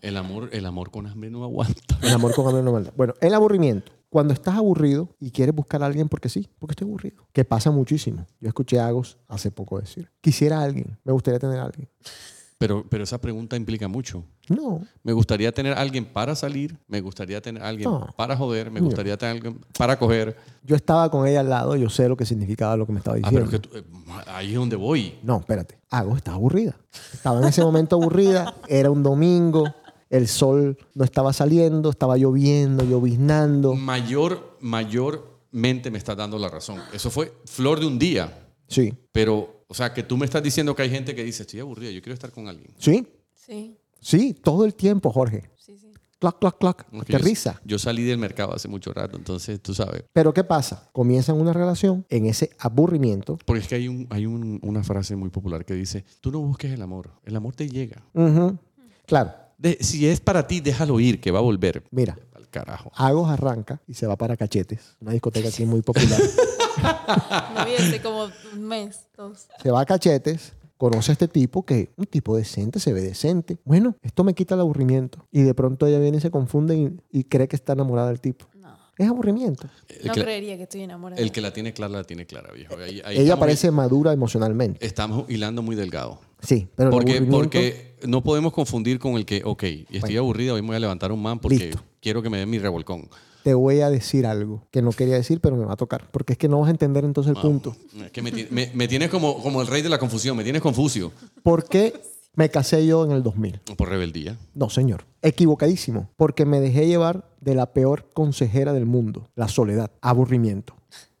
Speaker 5: El amor, el amor con hambre no aguanta.
Speaker 4: El amor con hambre no maldad. Bueno, el aburrimiento. Cuando estás aburrido y quieres buscar a alguien porque sí, porque estoy aburrido. Que pasa muchísimo. Yo escuché a Agos hace poco decir, quisiera a alguien, me gustaría tener a alguien.
Speaker 5: Pero, pero esa pregunta implica mucho.
Speaker 4: No,
Speaker 5: Me gustaría tener a alguien para salir, me gustaría tener a alguien
Speaker 4: No.
Speaker 5: para joder, me gustaría tener a alguien para coger.
Speaker 4: yo estaba con ella al lado, yo sé lo que significaba lo que me estaba
Speaker 5: Ah,
Speaker 4: diciendo.
Speaker 5: pero es que tú- eh, ahí es donde voy.
Speaker 4: No, espérate. Agos estaba aburrida. Estaba en ese momento aburrida, era un domingo, el sol no estaba saliendo, estaba lloviendo, lloviznando.
Speaker 5: Mayor, mayormente me estás dando la razón. Eso fue flor de un día.
Speaker 4: Sí,
Speaker 5: Pero, o sea, que tú me estás diciendo que hay gente que dice, estoy aburrida, yo quiero estar con alguien.
Speaker 4: sí,
Speaker 6: Sí,
Speaker 4: sí, todo el tiempo, Jorge.
Speaker 6: sí, sí.
Speaker 4: clac, clac, clac,
Speaker 5: No, es que yo-
Speaker 4: aterriza.
Speaker 5: Yo salí del mercado hace mucho rato, entonces tú sabes.
Speaker 4: Pero ¿qué pasa? Comienzan una relación en ese aburrimiento.
Speaker 5: Porque es que hay, un, hay un- una frase muy popular que dice, tú no busques el amor, el amor te llega.
Speaker 4: Ujú. Claro,
Speaker 5: De- si es para ti, déjalo ir, que va a volver.
Speaker 4: mira,
Speaker 5: Al carajo.
Speaker 4: Agos arranca y se va para Cachetes, una discoteca aquí muy
Speaker 5: <laughs>
Speaker 4: popular.
Speaker 6: No vi hace como un mes, dos.
Speaker 4: se va a Cachetes, conoce a este tipo que un tipo decente, se ve decente. Bueno, esto me quita el aburrimiento. Y de pronto ella viene y se confunde y, y cree que está enamorada del tipo.
Speaker 6: No,
Speaker 4: Es aburrimiento.
Speaker 5: El,
Speaker 6: no
Speaker 5: que, la,
Speaker 6: creería que estoy enamorada.
Speaker 5: el que la tiene clara, la tiene clara, viejo. Ahí- ahí
Speaker 4: ella
Speaker 5: estamos-
Speaker 4: parece madura emocionalmente.
Speaker 5: Estamos hilando muy delgado.
Speaker 4: Sí, pero el
Speaker 5: Porque,
Speaker 4: aburrimiento-
Speaker 5: porque no podemos confundir con el que, ok, estoy aburrido, hoy me voy a levantar un man porque
Speaker 4: Listo.
Speaker 5: quiero que me den mi revolcón.
Speaker 4: te voy a decir algo que no quería decir, pero me va a tocar. Porque es que no vas a entender entonces el punto.
Speaker 5: Es que me, ti- me- me tienes como, como el rey de la confusión, me tienes confucio
Speaker 4: ¿Por qué me casé yo en el 2000?
Speaker 5: por rebeldía.
Speaker 4: No, señor. Equivocadísimo. Porque me dejé llevar de la peor consejera del mundo, la soledad, aburrimiento.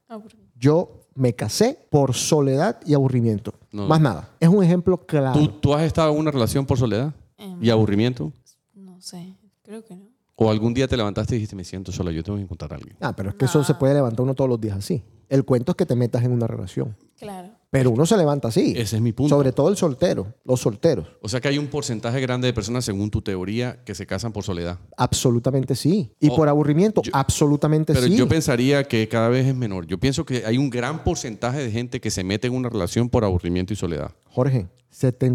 Speaker 6: Ah, por mí.
Speaker 4: Yo me casé por soledad y aburrimiento.
Speaker 5: No.
Speaker 4: Más nada. Es un ejemplo claro.
Speaker 5: ¿Tú, tú has estado en una relación por soledad
Speaker 6: Em.
Speaker 5: y aburrimiento?
Speaker 6: No sé, creo que no.
Speaker 5: ¿O algún día te levantaste y dijiste, me siento sola, yo tengo que encontrar a alguien?
Speaker 4: Ah, pero es que eso se puede levantar uno todos los días así. El cuento es que te metas en una relación.
Speaker 6: Claro.
Speaker 4: Pero uno se levanta así.
Speaker 5: Ese es mi punto.
Speaker 4: Sobre todo el soltero, los solteros.
Speaker 5: O sea que hay un porcentaje grande de personas, según tu teoría, que se casan por soledad.
Speaker 4: Absolutamente sí. Y
Speaker 5: Oh,
Speaker 4: por aburrimiento,
Speaker 5: yo-
Speaker 4: absolutamente
Speaker 5: Pero
Speaker 4: sí.
Speaker 5: yo pensaría que cada vez es menor. Yo pienso que hay un gran porcentaje de gente que se mete en una relación por aburrimiento y soledad.
Speaker 4: Jorge,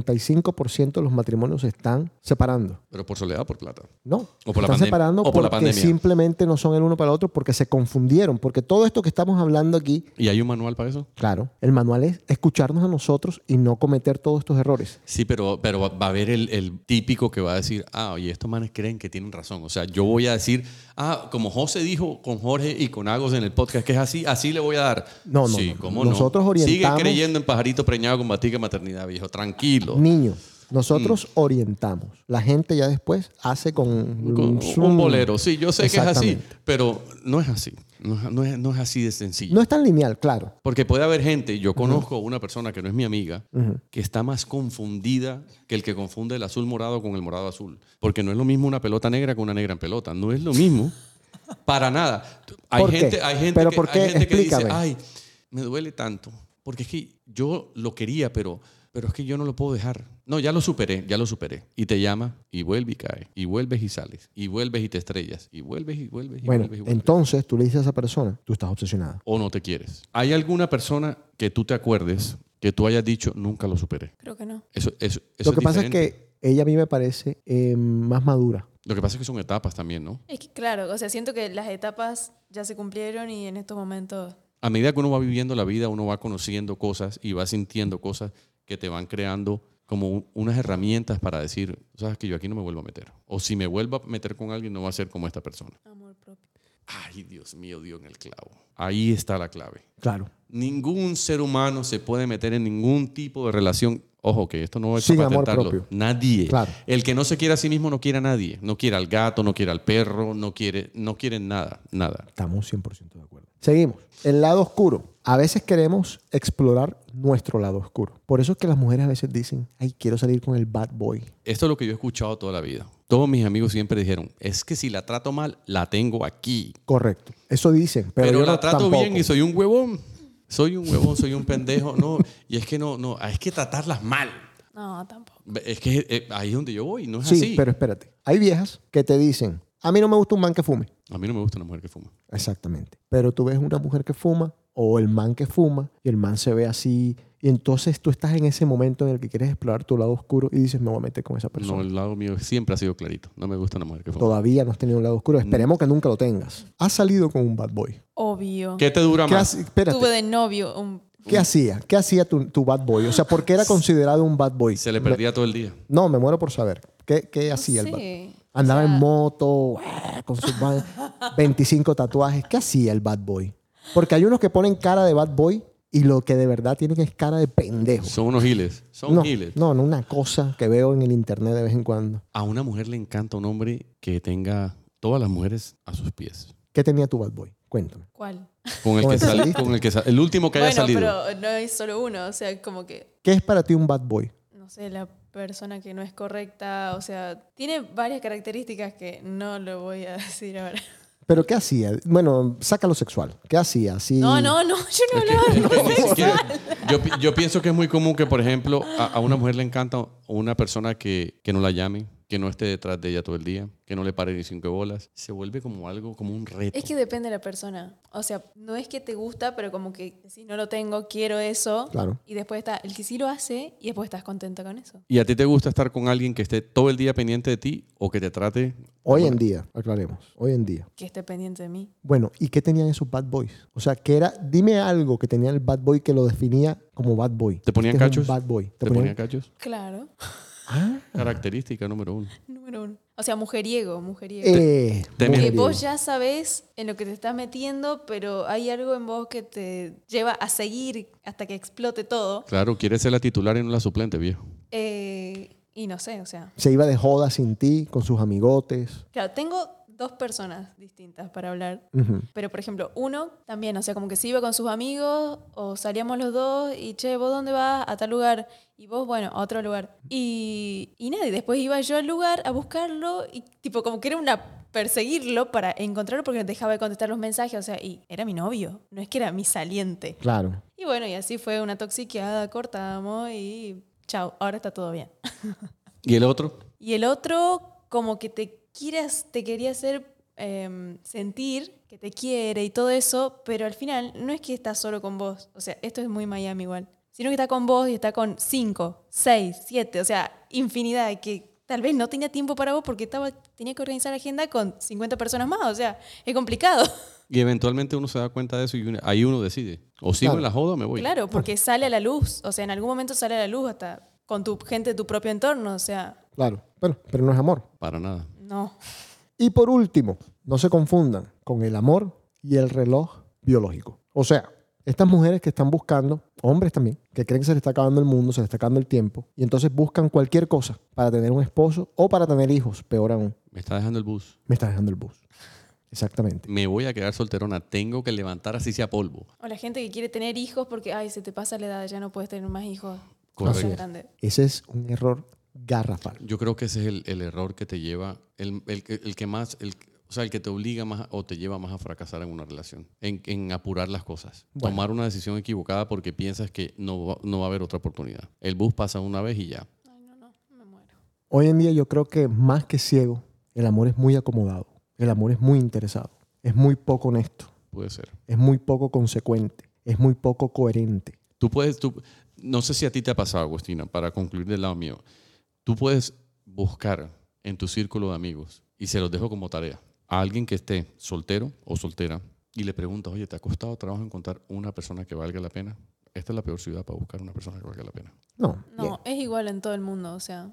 Speaker 4: 75% de los matrimonios se están separando.
Speaker 5: Pero por soledad, por plata.
Speaker 4: No.
Speaker 5: O por la
Speaker 4: están
Speaker 5: pandemia.
Speaker 4: separando
Speaker 5: O por la
Speaker 4: porque
Speaker 5: pandemia.
Speaker 4: simplemente no son el uno para el otro, porque se confundieron. Porque todo esto que estamos hablando aquí,
Speaker 5: ¿Y hay un manual para eso?
Speaker 4: claro, el manual es escucharnos a nosotros y no cometer todos estos errores.
Speaker 5: Sí, pero, pero va va a haber el, el típico que va a decir, ah, oye, estos manes creen que tienen razón. O sea, yo voy a decir, ah, como José dijo con Jorge y con Agos en el podcast, que es así, así le voy a dar.
Speaker 4: No, no,
Speaker 5: Sí,
Speaker 4: no.
Speaker 5: cómo
Speaker 4: Nosotros orientamos-
Speaker 5: Sigue creyendo en pajarito preñado con batica de maternidad, viejo. Tranquilo.
Speaker 4: Niño, nosotros
Speaker 5: Mm.
Speaker 4: orientamos. La gente ya después hace con,
Speaker 5: Con un
Speaker 4: zoom.
Speaker 5: bolero. Sí, yo sé que es así,
Speaker 4: Exactamente.
Speaker 5: pero no es así. No, es- no es, no es así de sencillo.
Speaker 4: No es tan lineal, claro.
Speaker 5: Porque puede haber gente, yo conozco una persona que no es mi amiga, que está más confundida que el que confunde el azul morado con el morado azul. Porque no es lo mismo una pelota negra con una negra en pelota. No es lo mismo. Para nada. Hay
Speaker 4: ¿Por qué?
Speaker 5: gente, hay gente,
Speaker 4: ¿Pero
Speaker 5: que,
Speaker 4: por qué?
Speaker 5: hay gente que dice,
Speaker 4: Explícame.
Speaker 5: ay, me duele tanto. Porque es que yo lo quería, pero, pero es que yo no lo puedo dejar. No, ya lo superé, ya lo superé. Y te llama y vuelve y cae. Y vuelves y sales. Y vuelves y te estrellas. Y vuelves y vuelves y
Speaker 4: Bueno,
Speaker 5: vuelves y vuelves
Speaker 4: entonces tú le dices a esa persona, tú estás obsesionada.
Speaker 5: o no te quieres. ¿Hay alguna persona que tú te acuerdes que tú hayas dicho nunca lo superé?
Speaker 6: Creo que no.
Speaker 5: Eso, eso, eso
Speaker 4: Lo que pasa
Speaker 5: diferente.
Speaker 4: es que ella a mí me parece eh, más madura.
Speaker 5: Lo que pasa es que son etapas también, ¿no?
Speaker 6: Es que claro, o sea, siento que las etapas ya se cumplieron y en estos momentos
Speaker 5: A medida que uno va viviendo la vida, uno va conociendo cosas y va sintiendo cosas que te van creando como un- unas herramientas para decir, sabes que yo aquí no me vuelvo a meter. O si me vuelvo a meter con alguien, no va a ser como esta persona.
Speaker 6: amor propio.
Speaker 5: Ay, Dios mío, dio en el clavo. Ahí está la clave.
Speaker 4: Claro.
Speaker 5: Ningún ser humano se puede meter en ningún tipo de relación. Ojo, que esto no es
Speaker 4: Sin
Speaker 5: para
Speaker 4: amor
Speaker 5: patentarlo.
Speaker 4: propio.
Speaker 5: Nadie.
Speaker 4: Claro.
Speaker 5: El que no se quiere a sí mismo no quiere a nadie. No quiere al gato, no quiere al perro, no quiere, no quiere nada, nada.
Speaker 4: Estamos 100% de acuerdo. Seguimos. El lado oscuro. A veces queremos explorar nuestro lado oscuro. Por eso es que las mujeres a veces dicen, ay, quiero salir con el bad boy.
Speaker 5: Esto es lo que yo he escuchado toda la vida. Todos mis amigos siempre dijeron, es que si la trato mal, la tengo aquí.
Speaker 4: Correcto. Eso dicen, pero,
Speaker 5: Pero,
Speaker 4: yo
Speaker 5: la
Speaker 4: no-
Speaker 5: trato
Speaker 4: tampoco.
Speaker 5: bien y soy un huevón. Soy un huevón, soy un pendejo. No, y es que no, no, es que tratarlas mal.
Speaker 6: No, tampoco.
Speaker 5: Es que eh, ahí es donde yo voy, no es
Speaker 4: Sí,
Speaker 5: así.
Speaker 4: pero espérate. Hay viejas que te dicen, a mí no me gusta un man que fume.
Speaker 5: A mí no me gusta una mujer que fuma.
Speaker 4: Exactamente. Pero tú ves una mujer que fuma o el man que fuma y el man se ve así y entonces tú estás en ese momento en el que quieres explorar tu lado oscuro y dices, me voy a meter con esa persona.
Speaker 5: No, el lado mío siempre ha sido clarito. No me gusta una mujer que fuma.
Speaker 4: Todavía no has tenido un lado oscuro. Esperemos que nunca lo tengas. Has salido con un bad boy.
Speaker 6: Obvio.
Speaker 5: ¿Qué te dura
Speaker 4: ¿Qué,
Speaker 5: más?
Speaker 4: hace- espérate,
Speaker 6: Tuve de novio un
Speaker 4: ¿qué hacía? ¿Qué hacía tu, tu bad boy? O sea, ¿por
Speaker 6: <laughs>
Speaker 4: qué era considerado un bad boy?
Speaker 5: Se le perdía todo el día.
Speaker 4: No, me muero por saber. ¿Qué, qué
Speaker 5: Ah,
Speaker 4: hacía el bad
Speaker 6: sé.
Speaker 4: Andaba
Speaker 6: O sea-
Speaker 4: en moto, eh, con sus van-
Speaker 6: <laughs>
Speaker 4: 25 tatuajes. ¿Qué hacía el bad boy? Porque hay unos que ponen cara de bad boy y lo que de verdad tienen es cara de pendejo.
Speaker 5: Son unos giles. Son
Speaker 4: No,
Speaker 5: giles.
Speaker 4: no, no, una cosa que veo en el internet de vez en cuando.
Speaker 5: A una mujer le encanta un hombre que tenga todas las mujeres a sus pies.
Speaker 4: ¿Qué tenía tu bad boy? Cuéntame.
Speaker 6: ¿Cuál?
Speaker 5: Con el
Speaker 4: ¿Con el
Speaker 5: que
Speaker 4: que
Speaker 5: salió.
Speaker 4: saliste?
Speaker 5: Con el que sa- El último que haya
Speaker 6: bueno,
Speaker 5: salido.
Speaker 6: pero no es solo uno, o sea, como que,
Speaker 4: ¿Qué es para ti un bad boy?
Speaker 6: no sé, la persona que no es correcta, o sea, tiene varias características que no lo voy a <laughs> decir ahora.
Speaker 4: ¿Pero qué hacía? Bueno, saca lo sexual. ¿Qué hacía? Así-
Speaker 6: No, no, no, yo no hablaba de
Speaker 5: Es que <laughs> ni
Speaker 6: homosexual.
Speaker 5: siquiera- yo, pi- yo pienso que es muy común que, por ejemplo, a, a una mujer le encanta una persona que, que no la llame, que no esté detrás de ella todo el día, que no le pare ni cinco bolas. Se vuelve como algo, como un reto.
Speaker 6: Es que depende de la persona. O sea, no es que te gusta, pero como que si no lo tengo, quiero eso.
Speaker 4: Claro.
Speaker 6: Y después está el que sí lo hace y después estás contento con eso.
Speaker 5: ¿Y a ti te gusta estar con alguien que esté todo el día pendiente de ti o que te trate?
Speaker 4: Hoy en día, aclaremos. Hoy en día.
Speaker 6: Que esté pendiente de mí.
Speaker 4: Bueno, ¿y qué tenían esos bad boys? O sea, que era, dime algo que tenía el bad boy que lo definía como bad boy.
Speaker 5: ¿Te ponían
Speaker 4: Este es un
Speaker 5: cachos?
Speaker 4: Bad boy.
Speaker 5: ¿Te ponían cachos?
Speaker 6: Claro. <laughs>
Speaker 5: Característica número uno.
Speaker 6: Número uno. O sea, mujeriego, mujeriego.
Speaker 4: Eh,
Speaker 5: Te-
Speaker 6: que
Speaker 4: mujeriego.
Speaker 6: vos ya sabés en lo que te estás metiendo, pero hay algo en vos que te lleva a seguir hasta que explote todo.
Speaker 5: Claro, quiere ser la titular y no la suplente, viejo.
Speaker 6: Eh, y no sé, o sea.
Speaker 4: Se iba de joda sin ti, con sus amigotes.
Speaker 6: Claro, tengo dos personas distintas para hablar.
Speaker 4: Ujú.
Speaker 6: Pero, por ejemplo, uno también, o sea, como que se iba con sus amigos o salíamos los dos y, che, ¿vos dónde vas? A tal lugar. Y vos, bueno, a otro lugar. Y, y nada, y después iba yo al lugar a buscarlo y, tipo, como que era una perseguirlo para encontrarlo porque no dejaba de contestar los mensajes. O sea, y era mi novio, no es que era mi saliente.
Speaker 4: Claro.
Speaker 6: Y bueno, y así fue una toxiqueada, cortamos y chao, ahora está todo bien.
Speaker 5: ¿Y el otro?
Speaker 6: Y el otro, como que te quieras, te quería hacer em, sentir que te quiere y todo eso, pero al final no es que está solo con vos. O sea, esto es muy Miami igual. Sino que está con vos y está con cinco, seis, siete, o sea, infinidad que tal vez no tenía tiempo para vos porque estaba, tenía que organizar la agenda con 50 personas más. O sea, es complicado. <laughs>
Speaker 5: Y eventualmente uno se da cuenta de eso y uno- ahí uno decide. O sigo
Speaker 4: Claro.
Speaker 5: en la joda o me voy.
Speaker 6: Claro, porque sale a la luz. O sea, en algún momento sale a la luz hasta con tu gente de tu propio entorno. O sea,
Speaker 4: Claro. Bueno, pero no es amor.
Speaker 5: Para nada.
Speaker 6: no.
Speaker 4: Y por último, no se confundan con el amor y el reloj biológico. O sea, estas mujeres que están buscando, hombres también, que creen que se les está acabando el mundo, se les está acabando el tiempo, y entonces buscan cualquier cosa para tener un esposo o para tener hijos, peor aún,
Speaker 5: Me está dejando el bus.
Speaker 4: me está dejando el bus. Exactamente.
Speaker 5: Me voy a quedar solterona. Tengo que levantar así sea polvo.
Speaker 6: O la gente que quiere tener hijos porque, ay, se te pasa la edad, ya no puedes tener más hijos.
Speaker 5: Correcto.
Speaker 6: Ya grande.
Speaker 4: Ese es un error garrafal.
Speaker 5: Yo creo que ese es el, el error que te lleva, el, el- el que más, el, o sea, el que te obliga más o te lleva más a fracasar en una relación, en, en apurar las cosas, tomar una decisión equivocada porque piensas que no, va- no va a haber otra oportunidad. El bus pasa una vez y ya.
Speaker 6: Ay, no, no, me muero.
Speaker 4: Hoy en día yo creo que más que ciego, el amor es muy acomodado, el amor es muy interesado, es muy poco honesto,
Speaker 5: Puede ser.
Speaker 4: es muy poco consecuente, es muy poco coherente.
Speaker 5: Tú puedes, tú, no sé si a ti te ha pasado, Agustina, para concluir del lado mío, tú puedes buscar en tu círculo de amigos, y se los dejo como tarea, a alguien que esté soltero o soltera y le preguntas, oye, ¿te ha costado trabajo encontrar una persona que valga la pena? Esta es la peor ciudad para buscar una persona que valga la pena.
Speaker 4: No,
Speaker 6: No, es igual en todo el mundo, o sea.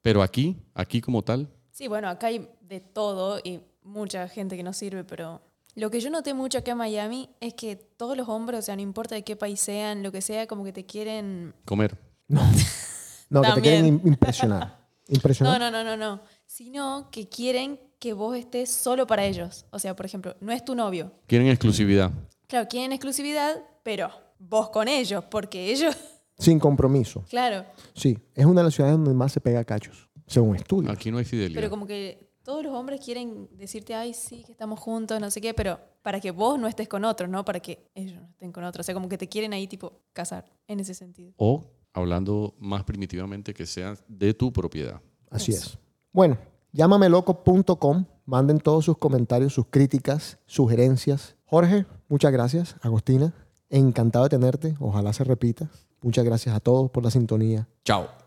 Speaker 5: Pero aquí, aquí como tal,
Speaker 6: Sí, bueno, acá hay de todo y mucha gente que no sirve, pero lo que yo noté mucho acá en Miami es que todos los hombres, o sea, no importa de qué país sean, lo que sea, como que te quieren...
Speaker 5: comer.
Speaker 4: No, que te quieren
Speaker 6: También.
Speaker 4: im- impresionar.
Speaker 6: <laughs> No,
Speaker 4: Impresionar.
Speaker 6: no, no, no, no. Sino que quieren que vos estés solo para ellos. O sea, por ejemplo, no es tu novio,
Speaker 5: Quieren exclusividad.
Speaker 6: Claro, quieren exclusividad, pero vos con ellos, porque ellos, <laughs>
Speaker 4: Sin compromiso.
Speaker 6: claro,
Speaker 4: Sí, es una de las ciudades donde más se pega cachos, según estudios.
Speaker 5: Aquí no hay fidelidad.
Speaker 6: pero como que todos los hombres quieren decirte, ay, sí, que estamos juntos, no sé qué, pero para que vos no estés con otros, ¿no? Para que ellos no estén con otros. O sea, como que te quieren ahí, tipo, casar, en ese sentido.
Speaker 5: O, hablando más primitivamente, que sea de tu propiedad.
Speaker 4: Así es. Bueno, llámameloco.com. Manden todos sus comentarios, sus críticas, sugerencias. Jorge, muchas gracias. Agostina, encantado de tenerte. Ojalá se repita. Muchas gracias a todos por la sintonía.
Speaker 5: Chao.